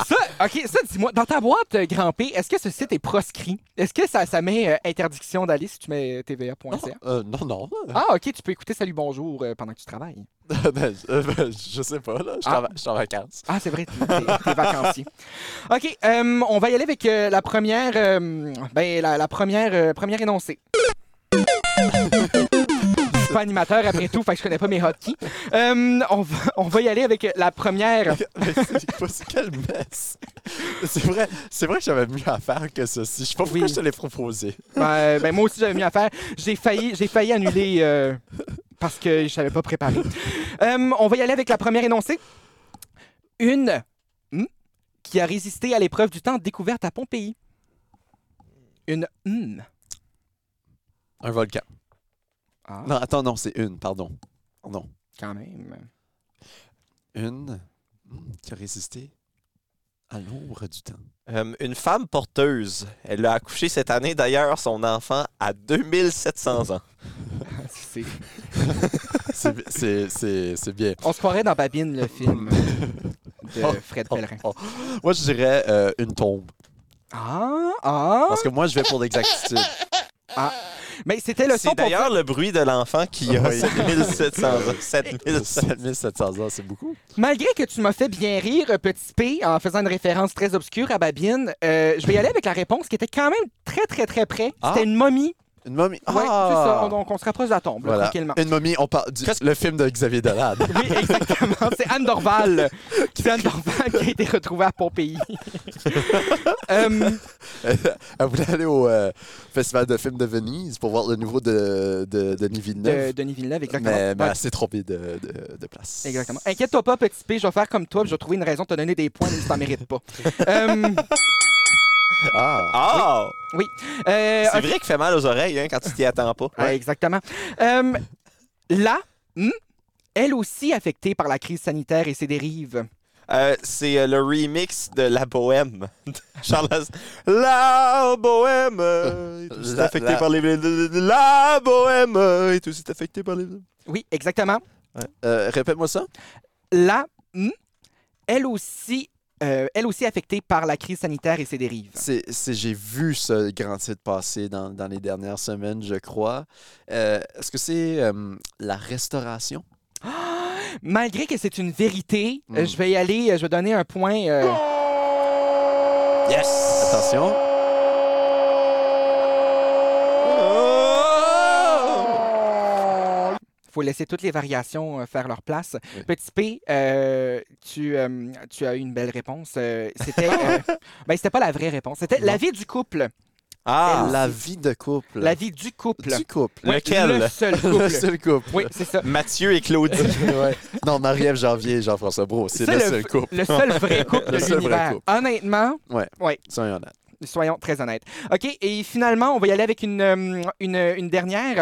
Speaker 3: Ça, OK, ça, dis-moi, dans ta boîte, euh, Grand P, est-ce que ce site est proscrit? Est-ce que ça, ça met euh, interdiction d'aller si tu mets euh, tva.ca?
Speaker 4: Euh, non, non.
Speaker 3: Ah, OK, tu peux écouter Salut Bonjour euh, pendant que tu travailles.
Speaker 4: Ben, je, euh, ben, je sais pas, là. Je
Speaker 3: Ah.
Speaker 4: travaille- je suis en vacances.
Speaker 3: Ah, c'est vrai, t'es- t'es t'es vacancier. OK, euh, on va y aller avec euh, la première, euh, ben, la, la première, euh, première énoncée. Je suis pas animateur après tout, fait que je connais pas mes hotkeys. Euh, on, va, on va y aller avec euh, la première.
Speaker 4: Mais c'est pas- c'est quelle messe! C'est vrai, c'est vrai que j'avais mieux à faire que ceci. Je sais pas pourquoi je te l'ai proposé.
Speaker 3: Ben, ben, moi aussi, j'avais mis à faire. J'ai failli, j'ai failli annuler euh, parce que je n'avais pas préparé. Euh, on va y aller avec la première énoncée. Une hmm, qui a résisté à l'épreuve du temps découverte à Pompéi. Une hmm.
Speaker 4: Un volcan.
Speaker 3: Ah.
Speaker 4: Non, attends, non, c'est une, pardon. Non.
Speaker 3: Quand même.
Speaker 4: Une hmm, qui a résisté à l'ombre du temps.
Speaker 1: Euh, une femme porteuse. Elle a accouché cette année, d'ailleurs, son enfant à 2700 ans.
Speaker 3: C'est-
Speaker 4: C'est bi- c'est- c'est- c'est bien.
Speaker 3: On se croirait dans Babine, le film de
Speaker 4: Oh,
Speaker 3: Fred
Speaker 4: oh,
Speaker 3: Pellerin.
Speaker 4: oh. Moi, je dirais euh, une tombe.
Speaker 3: Ah, ah.
Speaker 4: Parce que moi, je vais pour l'exactitude.
Speaker 3: Ah. Mais c'était le
Speaker 1: C'est
Speaker 3: son pour dire-
Speaker 1: d'ailleurs le bruit de l'enfant qui a
Speaker 4: Oui.
Speaker 1: 7700 ans. 7700.
Speaker 4: 7700 ans, c'est beaucoup.
Speaker 3: Malgré que tu m'as fait bien rire, euh, petit P, en faisant une référence très obscure à Babine, euh, je vais y aller avec la réponse qui était quand même très, très, très près. C'était une momie.
Speaker 4: Une momie.
Speaker 3: Ouais, c'est
Speaker 4: Ah!
Speaker 3: ça. On- Donc, on se rapproche de la tombe, là,
Speaker 4: Voilà.
Speaker 3: tranquillement.
Speaker 4: Une momie, on parle du le film de Xavier Dolan.
Speaker 3: Oui, exactement. C'est Anne Dorval. C'est Anne Dorval qui a été retrouvée à Pompéi. Euh,
Speaker 4: Elle voulait aller au euh, Festival de films de Venise pour voir le nouveau de, de, Denis Villeneuve.
Speaker 3: de Denis Villeneuve, exactement.
Speaker 4: mais bah, mais
Speaker 3: Ouais.
Speaker 4: elle s'est trompée de, de, de place.
Speaker 3: Exactement. Inquiète-toi pas, petit P, je vais faire comme toi, puis je vais trouver une raison de te donner des points, mais tu t'en mérites pas. Euh,
Speaker 4: Ah!
Speaker 1: Ah!
Speaker 3: oui. Euh,
Speaker 1: C'est
Speaker 3: un-
Speaker 1: vrai qu'il fait mal aux oreilles hein, quand tu t'y attends pas.
Speaker 3: Ouais, exactement. Euh, là, hmm, elle aussi affectée par la crise sanitaire et ses dérives.
Speaker 1: Euh, c'est euh, le remix de La Bohème. de Charles Aznavour. La Bohème euh, est aussi
Speaker 4: La-
Speaker 1: affecté
Speaker 4: la-
Speaker 1: par les. La Bohème euh, est aussi affecté par les.
Speaker 3: Oui, exactement.
Speaker 4: Euh, Répète-moi ça.
Speaker 3: Là, hmm, elle aussi. euh, elle aussi affectée par la crise sanitaire et ses dérives.
Speaker 4: C'est- c'est- J'ai vu ce grand titre passer dans, dans les dernières semaines, je crois. Euh, Est-ce que c'est euh, la restauration?
Speaker 3: Malgré que c'est une vérité, euh,
Speaker 4: Mm.
Speaker 3: je vais y aller, euh, je vais donner un point. euh,
Speaker 1: Yes!
Speaker 4: Attention.
Speaker 3: faut laisser toutes les variations euh, faire leur place.
Speaker 4: Oui.
Speaker 3: Petit P, euh, tu, euh, tu as eu une belle réponse. Euh, c'était, euh, ben, c'était pas la vraie réponse. C'était la vie du couple.
Speaker 1: Ah!
Speaker 4: la vie de couple.
Speaker 3: La vie du couple.
Speaker 4: du couple.
Speaker 3: Ouais,
Speaker 1: Lequel?
Speaker 3: Le seul
Speaker 4: Le
Speaker 3: couple.
Speaker 4: seul couple.
Speaker 3: Oui, c'est ça.
Speaker 1: Mathieu et Claudie.
Speaker 4: Ouais. Non, Marie-Ève Janvier et Jean-François Brault, c'est le seul
Speaker 3: v-
Speaker 4: couple.
Speaker 3: Le seul vrai couple
Speaker 4: Le
Speaker 3: de
Speaker 4: seul vrai
Speaker 3: l'univers.
Speaker 4: couple.
Speaker 3: Honnêtement,
Speaker 4: Soyons honnêtes.
Speaker 3: soyons très honnêtes. OK, et finalement, on va y aller avec une, euh, une, une dernière.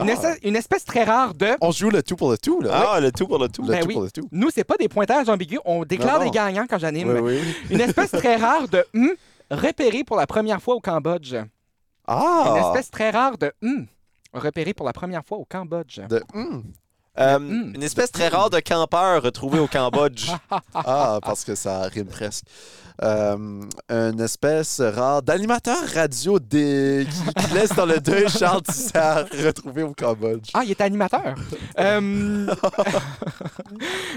Speaker 3: Une,
Speaker 4: Ah.
Speaker 3: espèce, une espèce très rare de...
Speaker 4: On joue le tout pour le tout, là.
Speaker 1: Ah, le tout pour le tout.
Speaker 4: Le
Speaker 3: Ben
Speaker 4: tout
Speaker 3: oui.
Speaker 4: pour le tout.
Speaker 3: Nous, c'est pas des pointages ambigus. On déclare
Speaker 4: Non,
Speaker 3: des
Speaker 4: non.
Speaker 3: gagnants quand j'anime.
Speaker 4: Oui, oui.
Speaker 3: Une espèce très rare de... hmm, repérée pour la première fois au Cambodge. Une
Speaker 1: Ah!
Speaker 3: Mm. hum espèce très rare de... hmm, repérée pour la première fois au Cambodge.
Speaker 4: De, hmm,
Speaker 1: Euh, Une espèce très rare de campeur retrouvé au Cambodge.
Speaker 4: Ah, parce que ça rime presque. Euh, une espèce rare d'animateur radio des... qui, qui laisse dans le deuil Charles Tissard retrouvé au Cambodge.
Speaker 3: Ah, il est animateur. Euh,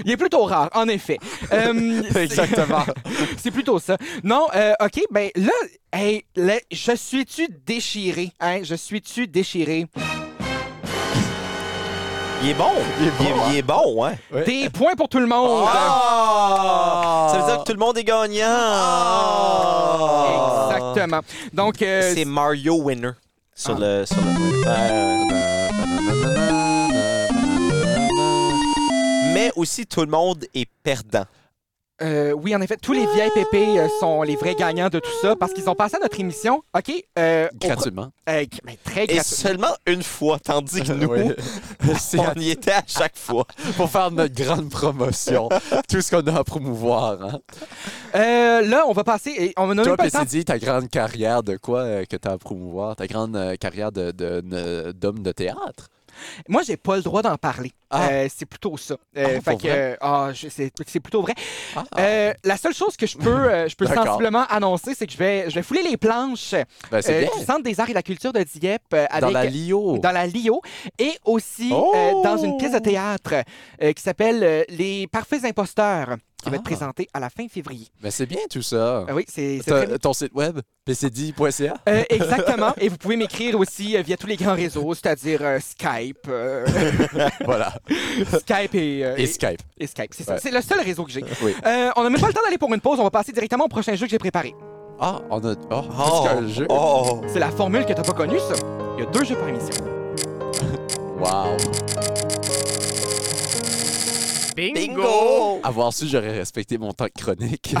Speaker 3: il est plutôt rare, en effet. Euh, c'est-
Speaker 4: Exactement.
Speaker 3: C'est plutôt ça. Non, euh, OK, ben là, hey, là, je suis-tu déchiré? Hein? Je suis-tu déchiré?
Speaker 1: Il est bon. Il est bon, il est, bon hein?
Speaker 3: Des points pour tout le monde!
Speaker 1: Ah! Ça veut dire que tout le monde est gagnant.
Speaker 3: Ah! Exactement. Donc, euh,
Speaker 1: Ah! C'est Mario Winner sur le. Sur le- Euh, Mais aussi, tout le monde est perdant.
Speaker 3: Euh, oui, en effet, tous les vieilles pépés euh, sont les vrais gagnants de tout ça parce qu'ils ont passé à notre émission, OK? euh, au
Speaker 4: Gratuitement.
Speaker 3: pre- euh, mais très
Speaker 1: Et
Speaker 3: gratuit.
Speaker 1: seulement une fois, tandis que nous,
Speaker 4: Ouais.
Speaker 1: on y était à chaque fois.
Speaker 4: Pour faire notre grande promotion. Tout ce qu'on a à promouvoir. Hein.
Speaker 3: Euh, là, on va passer et on n'a
Speaker 4: Toi,
Speaker 3: même pas le temps.
Speaker 4: c'est dit ta grande carrière de quoi euh, que tu as à promouvoir? Ta grande euh, carrière de- de- ne- d'homme de, théâtre?
Speaker 3: Moi, j'ai pas le droit d'en parler. Euh, c'est plutôt ça. Euh,
Speaker 4: Ah, pour
Speaker 3: fait que,
Speaker 4: vrai? Ah,
Speaker 3: euh, ah, je- c'est c'est plutôt vrai. Euh, la seule chose que je peux, euh, je peux
Speaker 4: D'accord.
Speaker 3: sensiblement annoncer, c'est que je vais, je vais fouler les planches euh,
Speaker 4: Ben, c'est bien.
Speaker 3: du Centre des arts et de la culture de Dieppe euh,
Speaker 4: Dans
Speaker 3: avec
Speaker 4: la Lio. Oh!
Speaker 3: dans la Lio et aussi euh, dans une pièce de théâtre euh, qui s'appelle euh, Les Parfaits Imposteurs qui
Speaker 4: Ah.
Speaker 3: va être présentée à la fin février.
Speaker 4: Ben, c'est bien tout ça.
Speaker 3: Ah oui, c'est c'est
Speaker 4: T'as-
Speaker 3: très-
Speaker 4: Ton site web, pcd.ca?
Speaker 3: Euh, exactement. Et vous pouvez m'écrire aussi euh, via tous les grands réseaux, c'est-à-dire euh, Skype, euh,
Speaker 4: voilà.
Speaker 3: Skype et, euh,
Speaker 4: Et Skype.
Speaker 3: et Skype, c'est ça.
Speaker 4: Ouais.
Speaker 3: C'est le seul réseau que j'ai.
Speaker 4: Oui.
Speaker 3: Euh, on n'a même pas le temps d'aller pour une pause. On va passer directement au prochain jeu que j'ai préparé.
Speaker 4: Ah, on a. Oh,
Speaker 1: Oh,
Speaker 4: c'est un jeu.
Speaker 1: oh.
Speaker 3: C'est la formule que t'as pas connue, ça. Il y a deux jeux par émission.
Speaker 4: Wow.
Speaker 1: Bingo!
Speaker 4: Avoir su, j'aurais respecté mon temps de chronique.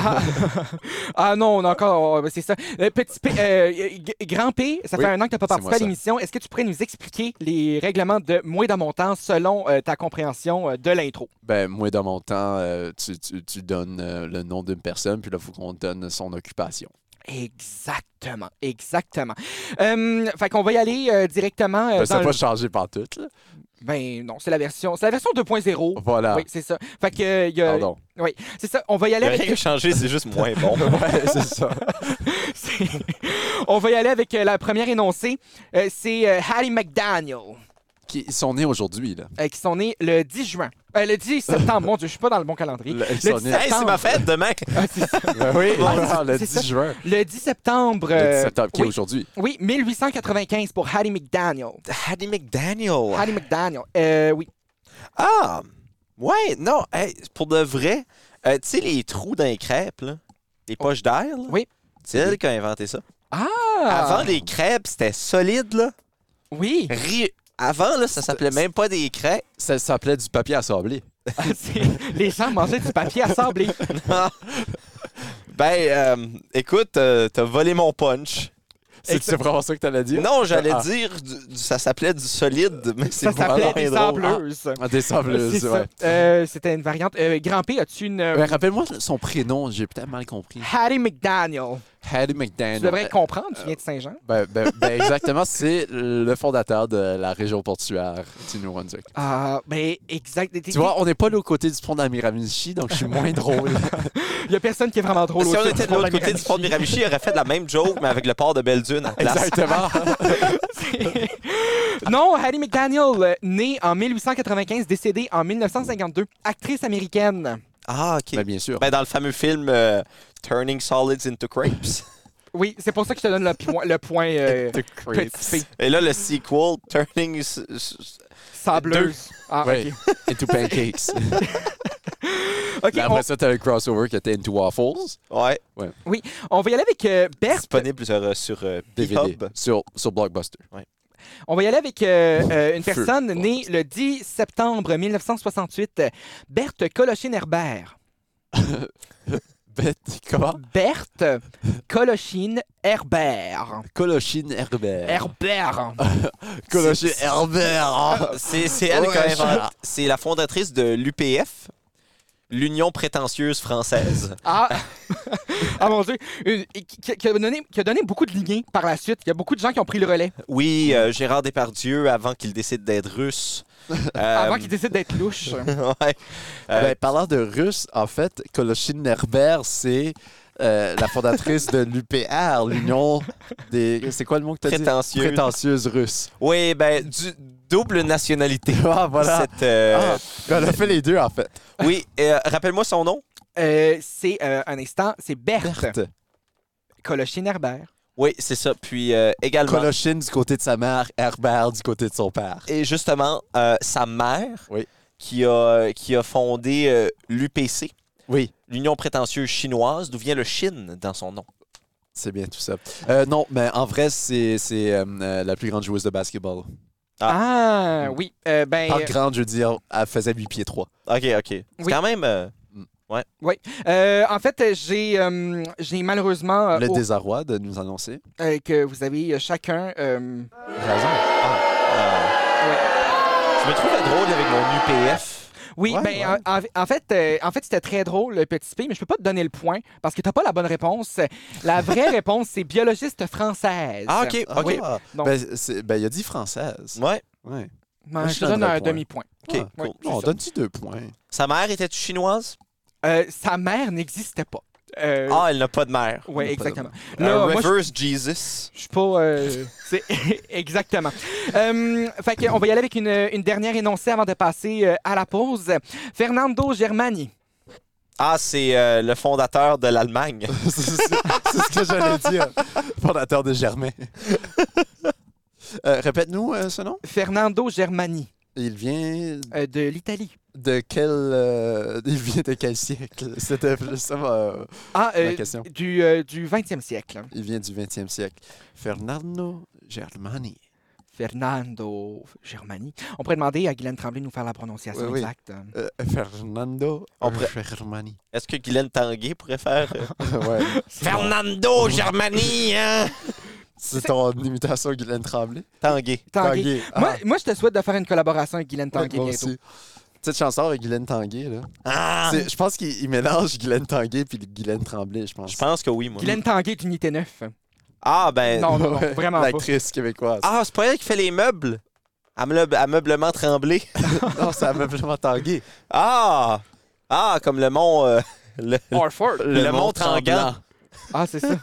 Speaker 3: Ah non, on a encore. C'est ça. Euh, petit P, euh, g- grand P, ça fait
Speaker 4: Oui,
Speaker 3: un an que t'as pas
Speaker 4: c'est
Speaker 3: participé
Speaker 4: moi,
Speaker 3: à
Speaker 4: ça.
Speaker 3: l'émission. Est-ce que tu pourrais nous expliquer les règlements de Moi dans mon temps selon euh, ta compréhension euh, de l'intro?
Speaker 4: Ben, moi, dans mon temps, euh, tu, tu- tu donnes euh, le nom d'une personne, puis là, il faut qu'on donne son occupation.
Speaker 3: Exactement, exactement. Euh, fait qu'on va y aller euh, directement. euh,
Speaker 4: Ben, ça
Speaker 3: dans
Speaker 4: n'a
Speaker 3: le-
Speaker 4: pas changé partout, là.
Speaker 3: Ben non, c'est la version, c'est la version 2.0.
Speaker 4: Voilà.
Speaker 3: Oui, c'est ça. Fait que euh, il y a-
Speaker 4: Pardon.
Speaker 3: Oui, c'est ça. On va y
Speaker 1: Il n'y
Speaker 3: aller
Speaker 1: a rien qui a
Speaker 3: avec.
Speaker 1: changé, c'est juste moins bon.
Speaker 4: Ouais, c'est ça.
Speaker 3: c'est- On va y aller avec euh, la première énoncée. Euh, c'est euh, Harry McDaniel,
Speaker 4: Qui, ils sont nés aujourd'hui, là.
Speaker 3: euh, qui sont nés le 10 juin. Euh, le 10 septembre. Mon Dieu, je suis pas dans le bon calendrier.
Speaker 4: Le- ils
Speaker 3: Le
Speaker 4: sont
Speaker 3: 10
Speaker 4: nés-
Speaker 1: Hey, c'est
Speaker 3: septembre.
Speaker 1: ma fête demain!
Speaker 3: Ah, c'est ça.
Speaker 4: Ben oui,
Speaker 3: Ah,
Speaker 4: le
Speaker 3: c'est
Speaker 4: 10
Speaker 3: ça.
Speaker 4: juin.
Speaker 3: Le 10 septembre.
Speaker 4: Le 10
Speaker 3: euh,
Speaker 4: septembre, qui est
Speaker 3: oui.
Speaker 4: aujourd'hui.
Speaker 3: Oui, 1895 pour Harry McDaniel.
Speaker 1: Hattie McDaniel!
Speaker 3: Harry McDaniel. Euh, oui.
Speaker 1: Ah! Ouais, non, hey, pour de vrai, euh, tu sais, les trous dans les crêpes, là, les poches d'air, là,
Speaker 3: Oui.
Speaker 1: c'est elle qui a inventé ça.
Speaker 3: Ah!
Speaker 1: Avant, les crêpes, c'était solide, là.
Speaker 3: Oui.
Speaker 1: Ri- Avant, là, ça s'appelait même pas des crêpes.
Speaker 4: Ça s'appelait du papier assemblé.
Speaker 3: Ah, c'est- les gens mangeaient du papier à sablé.
Speaker 1: Ben, euh, écoute, euh, t'as volé mon punch.
Speaker 4: C'est c'est vraiment ça que t'allais dire?
Speaker 1: Non, j'allais
Speaker 4: Ah.
Speaker 1: dire, du- du- ça s'appelait du solide, mais c'est
Speaker 3: Ça s'appelait
Speaker 1: vraiment
Speaker 3: des
Speaker 1: drôle.
Speaker 3: sableuses.
Speaker 4: Ah, des
Speaker 3: C'est
Speaker 4: sableuses,
Speaker 3: ça.
Speaker 4: ouais.
Speaker 3: Euh, C'était une variante. Euh, Grand P, as-tu une. euh,
Speaker 4: Ben, Rappelle-moi son prénom, j'ai peut-être mal compris.
Speaker 3: Harry McDaniel.
Speaker 4: Harry
Speaker 3: Ah. Tu
Speaker 4: McDaniel.
Speaker 3: devrais comprendre, tu viens de Saint-Jean.
Speaker 4: Ben, ben- ben, exactement, c'est le fondateur de la région portuaire du Nouveau-Brunswick.
Speaker 3: Ah, ben, exact.
Speaker 4: Tu vois, on n'est pas de l'autre côté du pont d'Amiramichi, donc je suis moins drôle.
Speaker 3: il y a personne qui est vraiment drôle
Speaker 1: Si on
Speaker 3: autour
Speaker 1: était de
Speaker 3: pont
Speaker 1: l'autre côté du pont de Miramichi, il aurait fait la même joke, mais avec le port de Belle-Dune en place.
Speaker 4: Exactement.
Speaker 3: Non, Harry McDaniel, euh, née en 1895, décédée en 1952, actrice américaine.
Speaker 1: Ah, OK.
Speaker 4: Ben, bien sûr.
Speaker 1: Ben, dans le fameux film euh, Turning Solids into Crepes.
Speaker 3: Oui, c'est pour ça que je te donne le, point- le point euh, petit P.
Speaker 1: Et là, le sequel, Turning... s- s-
Speaker 3: Sableuse. Ah,
Speaker 4: Oui.
Speaker 3: ok.
Speaker 4: Into Pancakes.
Speaker 3: Ok,
Speaker 4: Là,
Speaker 3: on,
Speaker 4: après ça, t'as le crossover qui était Into Waffles,
Speaker 1: Ouais,
Speaker 3: oui, on va y aller avec euh, Berthe.
Speaker 1: disponible sur, euh, sur euh,
Speaker 4: DVD,
Speaker 1: Pornhub.
Speaker 4: sur, sur Blockbuster.
Speaker 3: On va y aller avec euh, euh, une
Speaker 4: Feu.
Speaker 3: personne née le 10 septembre 1968, euh, Berthe Colochine-Herbert.
Speaker 4: Bête, Ben, comment?
Speaker 3: Berthe Colochine-Herbert.
Speaker 4: Colochine Herbert.
Speaker 3: Herbert.
Speaker 4: Colochine Herbert.
Speaker 1: C'est c'est elle qui a inventé- C'est la fondatrice de l'UPF. l'Union prétentieuse française.
Speaker 3: Ah, ah mon Dieu. Une- qui, qui a donné, qui a donné beaucoup de liens par la suite. Il y a beaucoup de gens qui ont pris le relais
Speaker 1: Oui, euh, Gérard Depardieu, avant qu'il décide d'être russe. Euh,
Speaker 3: avant qu'ils décident d'être louches.
Speaker 1: ouais. Euh,
Speaker 4: Ben, parlant de russe, en fait, Kolochine Nerber, c'est euh, la fondatrice de l'UPR, l'Union des. C'est quoi le mot que tu as dit
Speaker 1: Prétentieuse.
Speaker 4: Prétentieuse russe.
Speaker 1: oui, ben, du double nationalité.
Speaker 4: Ah, voilà.
Speaker 1: Cette, euh,
Speaker 4: Ah, elle a fait les deux, en fait.
Speaker 3: Ah.
Speaker 1: Oui, euh, rappelle-moi son nom.
Speaker 3: Euh, c'est euh, un instant, c'est Berthe.
Speaker 4: Berthe.
Speaker 3: Colochine Herbert.
Speaker 1: Oui, c'est ça. Puis euh, également.
Speaker 4: Kolochine du côté de sa mère, Herbert du côté de son père.
Speaker 1: Et justement, euh, sa mère,
Speaker 4: Oui.
Speaker 1: qui, a, qui a fondé euh, l'UPC,
Speaker 4: Oui,
Speaker 1: l'Union prétentieuse chinoise, d'où vient le Chine dans son nom.
Speaker 4: c'est bien tout ça. Euh, non, mais en vrai, c'est c'est, euh, euh, la plus grande joueuse de basketball.
Speaker 3: Ah,
Speaker 4: Mm.
Speaker 3: oui. Euh, ben,
Speaker 4: Par grande, je veux dire, elle faisait 8 pieds 3.
Speaker 1: OK, OK. C'est
Speaker 3: Oui.
Speaker 1: quand même. euh,
Speaker 3: euh, en fait, euh, j'ai euh, j'ai malheureusement euh,
Speaker 4: Le
Speaker 3: au-
Speaker 4: désarroi de nous annoncer.
Speaker 3: euh, que vous avez euh, chacun. euh,
Speaker 4: Raison.
Speaker 1: Je me trouvais drôle avec mon UPF.
Speaker 3: Oui,
Speaker 4: Ouais,
Speaker 3: ben,
Speaker 4: ouais.
Speaker 3: En, en- en fait, euh, en fait c'était très drôle, le petit P, mais je peux pas te donner le point parce que t'as pas la bonne réponse. La vraie réponse, c'est biologiste française.
Speaker 1: Ah, OK,
Speaker 4: Ah,
Speaker 1: OK.
Speaker 4: ouais.
Speaker 3: Donc-
Speaker 4: Ben, c'est- ben, il a dit française.
Speaker 1: Ouais,
Speaker 4: Ouais.
Speaker 3: Ben,
Speaker 4: Moi, je
Speaker 3: je te
Speaker 4: donnerais
Speaker 3: donne un
Speaker 4: le point.
Speaker 3: demi-point.
Speaker 1: OK.
Speaker 4: Ah,
Speaker 1: cool.
Speaker 3: Ouais, c'est
Speaker 4: On
Speaker 3: ça.
Speaker 4: donne-tu deux points?
Speaker 1: Sa mère était chinoise?
Speaker 3: Euh, sa mère n'existait pas. Euh,
Speaker 1: Ah, elle n'a pas de mère.
Speaker 3: oui,
Speaker 4: pas Euh,
Speaker 3: exactement.
Speaker 1: Un
Speaker 3: Là, moi, je-
Speaker 1: reverse Jesus.
Speaker 3: Je suis pas. euh, c'est exactement. Euh, fait que on va y aller avec une, une dernière énoncée avant de passer euh, à la pause. Fernando Germani.
Speaker 1: Ah, c'est euh, le fondateur de l'Allemagne.
Speaker 4: c'est c'est- c'est ce que j'allais dire. Fondateur de Germain. Euh, Répète-nous euh, ce nom.
Speaker 3: Fernando Germani
Speaker 4: Il vient
Speaker 3: euh, de l'Italie.
Speaker 4: de quel euh, il vient de quel siècle C'était justement euh,
Speaker 3: Ah, euh,
Speaker 4: ma question.
Speaker 3: du, euh, du 20e siècle.
Speaker 4: Il vient du 20e siècle. Fernando Germani.
Speaker 3: Fernando Germani. On pourrait demander à Guylaine Tremblay de nous faire la prononciation
Speaker 4: Oui, oui.
Speaker 3: exacte.
Speaker 4: Euh, Fernando
Speaker 1: On pourrait-
Speaker 4: Germani.
Speaker 1: Est-ce que Guylaine Tanguay pourrait faire euh,
Speaker 4: ouais.
Speaker 1: Fernando Germani, hein?
Speaker 4: C'est ton imitation Guylaine Tremblay.
Speaker 1: Tanguay.
Speaker 3: Tanguay.
Speaker 4: Tanguay. Ah,
Speaker 3: Moi, moi, je te souhaite de faire une collaboration avec Guylaine Tanguay
Speaker 4: moi
Speaker 3: bientôt.
Speaker 4: aussi. Petite chanson avec Guylaine Tanguay, là.
Speaker 1: Ah!
Speaker 4: C'est- Je pense qu'il il mélange Guylaine Tanguay puis Guylaine Tremblay, je pense.
Speaker 1: Je pense que oui, moi.
Speaker 3: Guylaine Tanguay est unité 9.
Speaker 1: Ah, ben.
Speaker 3: Non, non, non,
Speaker 4: Ouais,
Speaker 3: vraiment pas.
Speaker 4: L'actrice québécoise.
Speaker 1: Ah, c'est pas elle qui fait les meubles? Ameuble- Ameublement tremblé.
Speaker 4: non, c'est ameublement Tanguay.
Speaker 1: Ah! Ah, comme le mont. euh, le,
Speaker 3: Orford.
Speaker 1: le mont
Speaker 4: Tremblant.
Speaker 1: Trangant.
Speaker 3: Ah, c'est ça.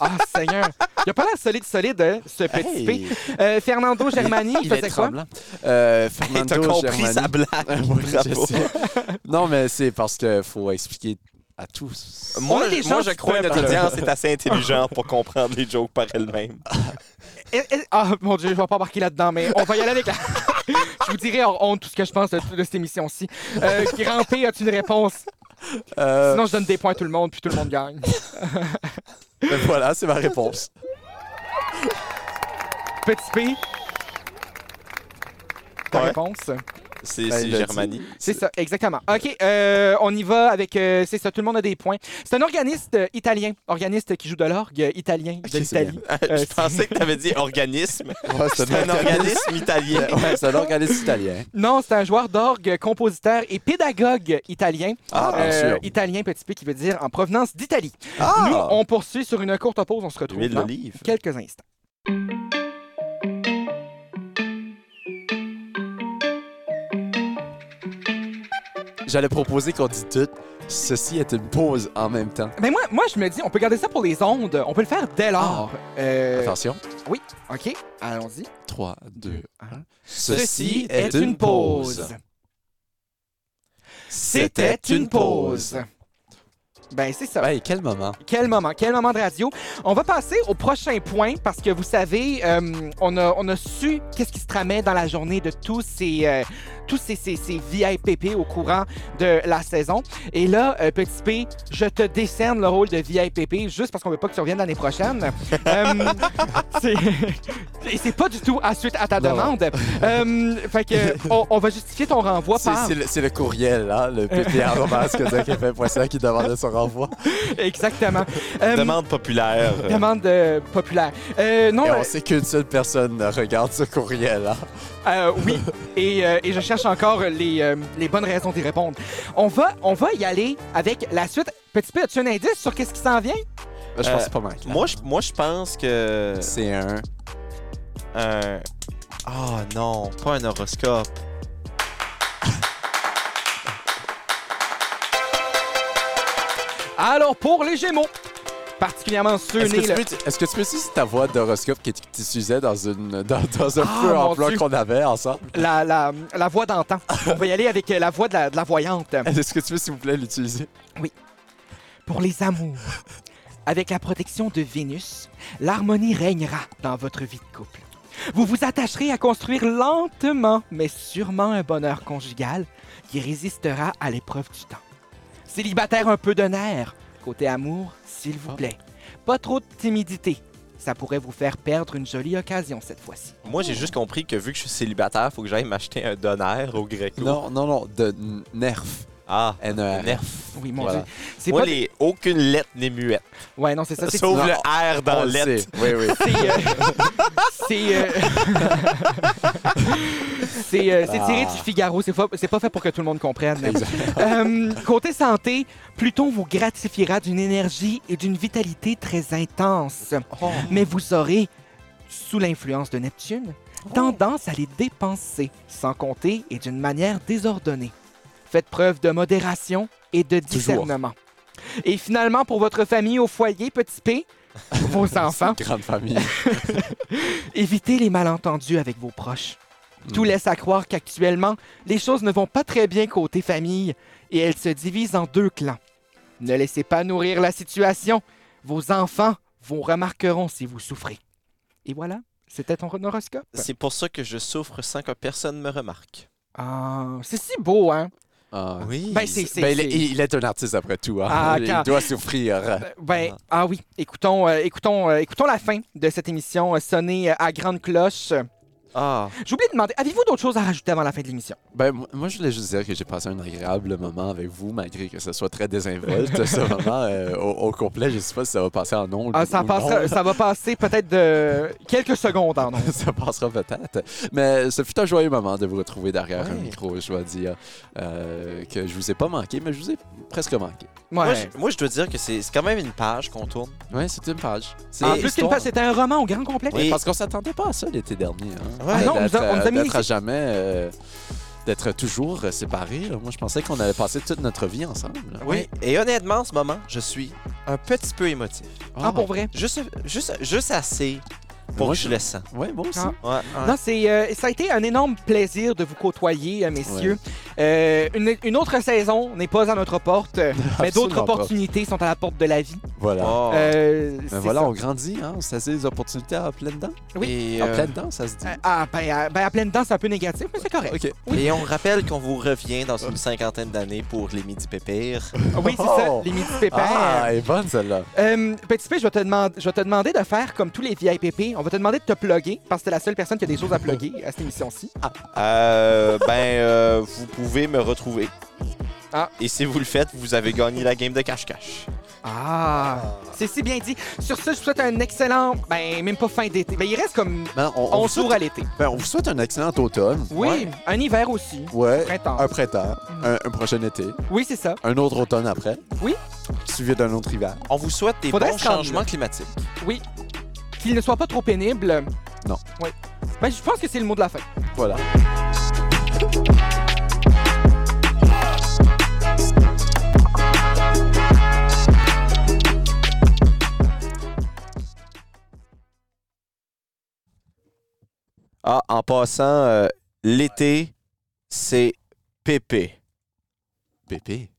Speaker 3: Ah, Seigneur. Il a pas l'air solide, solide, hein, ce petit P.
Speaker 4: Hey,
Speaker 3: Euh, Fernando Germani, il,
Speaker 4: il
Speaker 3: faisait
Speaker 4: est
Speaker 3: quoi?
Speaker 4: tremblant. Euh,
Speaker 1: Hey, T'as
Speaker 4: Fernando
Speaker 1: compris
Speaker 4: Germani.
Speaker 1: sa blague.
Speaker 4: Ouais, je
Speaker 1: Ah, Bravo.
Speaker 4: sais. Non, mais c'est parce qu'il faut expliquer à tous.
Speaker 1: Moi,
Speaker 3: On a des
Speaker 1: je- moi,
Speaker 3: gens
Speaker 1: je
Speaker 3: qui
Speaker 1: crois que notre
Speaker 3: peuvent-
Speaker 1: audience est assez intelligente pour comprendre les jokes par elle-même.
Speaker 3: Eh, eh, Ah, mon Dieu, je vais pas embarquer là-dedans, mais on va y aller avec la... je vous dirai hors honte tout ce que je pense de, de cette émission-ci. Euh, Grand P, as-tu une réponse?
Speaker 4: Euh,
Speaker 3: Sinon, je donne des points à tout le monde, puis tout le monde gagne.
Speaker 4: ben voilà, c'est ma réponse.
Speaker 3: Petit P, ta
Speaker 1: Ouais.
Speaker 3: réponse?
Speaker 1: C'est
Speaker 4: Ben,
Speaker 1: c'est
Speaker 4: il l'a
Speaker 1: Germanie.
Speaker 3: C'est ça, exactement. OK, euh, on y va avec... euh, c'est ça, tout le monde a des points. C'est un organiste euh, italien, organiste qui joue de l'orgue euh, italien de
Speaker 4: c'est
Speaker 3: l'Italie. Euh,
Speaker 1: Je
Speaker 3: c'est-
Speaker 1: pensais que tu avais dit organisme.
Speaker 4: Ouais,
Speaker 1: C'est un organisme italien.
Speaker 4: Ouais, c'est un organisme italien.
Speaker 3: Non, c'est un joueur d'orgue, compositeur et pédagogue italien. Euh,
Speaker 4: Ah, bien sûr.
Speaker 3: Italien, petit P, qui veut dire en provenance d'Italie.
Speaker 4: Ah!
Speaker 3: Nous, on poursuit sur une courte pause. On se retrouve
Speaker 1: Huile
Speaker 3: dans
Speaker 1: d'olive.
Speaker 3: quelques instants.
Speaker 4: J'allais proposer qu'on dise tout. Ceci est une pause en même temps.
Speaker 3: Mais moi, moi, je me dis, on peut garder ça pour les ondes. On peut le faire dès lors.
Speaker 4: Ah!
Speaker 3: Euh,
Speaker 4: Attention.
Speaker 3: OK, allons-y.
Speaker 4: 3, 2, 1.
Speaker 3: C'était une pause. Ben, c'est ça.
Speaker 4: Ben, quel moment.
Speaker 3: Quel moment, quel moment de radio. On va passer au prochain point parce que vous savez, euh, on, a, on a su qu'est-ce qui se tramait dans la journée de tous ces, euh, tous ces, ces, ces VIPP au courant de la saison. Et là, euh, petit P, je te décerne le rôle de VIPP juste parce qu'on veut pas que tu reviennes l'année prochaine. Euh, c'est- Et c'est pas du tout à suite à ta
Speaker 4: Non.
Speaker 3: demande. Euh, fait que, on, on va
Speaker 1: Oh,
Speaker 3: justifier ton renvoi
Speaker 4: C'est
Speaker 3: par...
Speaker 1: Euh.
Speaker 4: c'est le, c'est le courriel, hein, le ppr.ca qui demandait son l'envoie.
Speaker 3: Exactement.
Speaker 1: Demande populaire.
Speaker 3: Euh, Demande euh, populaire. Euh, non,
Speaker 4: Et
Speaker 3: euh,
Speaker 4: on sait qu'une seule personne regarde ce courriel. hein.
Speaker 3: euh, oui. Et, euh, et je cherche encore les, euh, les bonnes raisons d'y répondre. On va, on va y aller avec la suite. Petit peu, as-tu un indice sur qu'est-ce qui s'en vient?
Speaker 4: Ben, je
Speaker 1: Euh,
Speaker 4: pense que c'est pas mal. clair.
Speaker 1: Moi, je, moi, je pense que.
Speaker 4: c'est un.
Speaker 1: Un. Oh non, pas un horoscope.
Speaker 3: Alors, pour les Gémeaux, particulièrement ceux
Speaker 4: Est-ce que,
Speaker 3: nés
Speaker 4: tu
Speaker 3: le...
Speaker 4: peux, est-ce que tu peux aussi ta voix d'horoscope que tu que tu utilisais dans, une, dans, dans un
Speaker 3: Ah,
Speaker 4: feu en
Speaker 3: mon
Speaker 4: blanc
Speaker 3: Dieu.
Speaker 4: qu'on avait ensemble?
Speaker 3: La, la, la voix d'antan. On va y aller avec euh, la voix de la, de la voyante.
Speaker 4: Est-ce que tu peux, s'il vous plaît, l'utiliser?
Speaker 3: Pour les amours, avec la protection de Vénus, l'harmonie régnera dans votre vie de couple. Vous vous attacherez à construire lentement, mais sûrement un bonheur conjugal qui résistera à l'épreuve du temps. Célibataire un peu de nerf, côté amour, s'il vous plaît. Pas trop de timidité. Ça pourrait vous faire perdre une jolie occasion cette fois-ci.
Speaker 1: Moi, j'ai juste compris que vu que je suis célibataire, faut que j'aille m'acheter un donaire au Greco.
Speaker 4: Non, non, non, de n- nerf. E
Speaker 1: Ah,
Speaker 4: N-E-R.
Speaker 1: nerf.
Speaker 3: Oui, mon
Speaker 4: Voilà.
Speaker 3: Dieu. C'est
Speaker 1: Moi,
Speaker 3: pas...
Speaker 1: les... aucune lettre n'est muette.
Speaker 3: Ouais, non, c'est ça. c'est-
Speaker 1: Sauf
Speaker 4: Non,
Speaker 1: le R
Speaker 4: On
Speaker 1: dans
Speaker 4: le
Speaker 1: lettre.
Speaker 4: sait. Oui, oui.
Speaker 3: C'est. euh, c'est. euh, c'est euh, c'est tiré du Figaro. C'est fa- c'est pas fait pour que tout le monde comprenne. Euh, côté santé, Pluton vous gratifiera d'une énergie et d'une vitalité très intense. Mais vous aurez, sous l'influence de Neptune, tendance à les dépenser, sans compter et d'une manière désordonnée. Faites preuve de modération et de discernement. Et finalement, pour votre famille au foyer, petit P, vos enfants,
Speaker 4: Grande famille.
Speaker 3: Évitez les malentendus avec vos proches. Tout laisse à croire qu'actuellement, les choses ne vont pas très bien côté famille et elles se divisent en deux clans. Ne laissez pas nourrir la situation. Vos enfants vous remarqueront si vous souffrez. Et voilà, c'était ton horoscope.
Speaker 1: C'est pour ça que je souffre sans que personne me remarque.
Speaker 3: Ah, c'est si beau, hein?
Speaker 4: Ah.
Speaker 1: Oui.
Speaker 3: Ben, c'est... c'est-
Speaker 4: Ben, il,
Speaker 3: c'est-
Speaker 4: est, il est un artiste après tout. hein.
Speaker 3: Ah,
Speaker 4: il
Speaker 3: quand-
Speaker 4: doit souffrir.
Speaker 3: Ben, ah oui, écoutons, euh, écoutons, euh, écoutons la fin de cette émission euh, sonnée euh, à grande cloche.
Speaker 1: Ah,
Speaker 3: J'ai oublié de demander, avez-vous d'autres choses à rajouter avant la fin de l'émission?
Speaker 4: Ben, moi- moi, je voulais juste dire que j'ai passé un agréable moment avec vous, malgré que ce soit très désinvolte. ce moment euh, au, au complet, je sais pas si ça va passer en ondes.
Speaker 3: Ah, ça,
Speaker 4: ou
Speaker 3: passera-
Speaker 4: non.
Speaker 3: ça va passer peut-être de quelques secondes en ondes.
Speaker 4: ça passera peut-être. Mais ce fut un joyeux moment de vous retrouver derrière un micro. Je dois dire euh, que je vous ai pas manqué, mais je vous ai presque manqué.
Speaker 3: Ouais.
Speaker 1: moi, je, moi, je dois dire que c'est c'est quand même une page qu'on tourne.
Speaker 4: Ouais, c'est une page. C'est
Speaker 3: en
Speaker 4: une
Speaker 3: plus qu'une
Speaker 4: histoire.
Speaker 3: page, c'était un roman au grand complet.
Speaker 4: Ouais, Parce qu'on s'attendait pas à ça l'été dernier. hein.
Speaker 1: Ouais.
Speaker 3: Ah non, on nous a-
Speaker 4: D'être,
Speaker 3: on nous a
Speaker 4: euh,
Speaker 3: mis
Speaker 4: d'être
Speaker 3: les-
Speaker 4: à jamais. euh, d'être toujours euh, séparés. là. Moi, je pensais qu'on allait passer toute notre vie ensemble. là.
Speaker 1: Oui. Et honnêtement, en ce moment, je suis un petit peu émotif.
Speaker 3: Ah, pour vrai.
Speaker 1: Juste, juste, juste assez pour
Speaker 4: Moi,
Speaker 1: que je
Speaker 4: je-
Speaker 1: le sens.
Speaker 4: Ouais, moi aussi.
Speaker 3: Ah.
Speaker 1: Ouais, ouais.
Speaker 3: Non, c'est, euh, ça a été un énorme plaisir de vous côtoyer, euh, messieurs. Euh, une, une autre saison n'est pas à notre porte, euh, mais d'autres
Speaker 4: Absolument pas.
Speaker 3: opportunités sont à la porte de la vie.
Speaker 4: Voilà.
Speaker 1: Oh.
Speaker 3: Euh,
Speaker 4: Mais
Speaker 3: c'est
Speaker 4: voilà,
Speaker 3: ça.
Speaker 4: on grandit, hein, on saisit les opportunités à pleine dents.
Speaker 1: Et,
Speaker 4: À
Speaker 1: euh,
Speaker 4: pleine dent, ça se dit.
Speaker 3: Ah, ben, à, ben, à pleine dent, c'est un peu négatif, mais c'est correct.
Speaker 4: OK.
Speaker 1: Et on rappelle qu'on vous revient dans une cinquantaine d'années pour les midi pépires.
Speaker 3: Oui, c'est ça,
Speaker 4: Oh.
Speaker 3: les midi pépères.
Speaker 4: Ah, elle est bonne celle-là.
Speaker 3: Euh, petit P, je vais, te demand- je vais te demander de faire comme tous les VIPP. On va te demander de te plugger, parce que t'es la seule personne qui a des choses à plugger à cette émission-ci.
Speaker 1: Euh, ben, euh, vous pouvez me retrouver.
Speaker 3: Ah.
Speaker 1: Et si vous le faites, vous avez gagné la game de cache-cache.
Speaker 3: Ah, c'est si bien dit. Sur ce, je vous souhaite un excellent, ben même pas fin d'été. Ben il reste comme
Speaker 4: Ben, on, on vous
Speaker 3: 11
Speaker 4: souhaite,
Speaker 3: jours à l'été.
Speaker 4: ben, on vous souhaite un excellent automne.
Speaker 3: Oui, un hiver aussi.
Speaker 4: Ouais.
Speaker 3: Printemps.
Speaker 4: Un printemps, un, un prochain été,
Speaker 3: Oui, c'est ça.
Speaker 4: un autre automne après.
Speaker 3: Oui.
Speaker 4: Suivi d'un autre hiver.
Speaker 1: On vous souhaite des
Speaker 3: Faudrait
Speaker 1: bons
Speaker 3: se rendre,
Speaker 1: changements
Speaker 3: là.
Speaker 1: climatiques.
Speaker 3: Qu'il ne soit pas trop pénible.
Speaker 4: Non.
Speaker 3: Oui. Ben je pense que c'est le mot de la fin.
Speaker 4: Voilà.
Speaker 1: Ah, en passant, euh, l'été, c'est pépé.
Speaker 4: Pépé.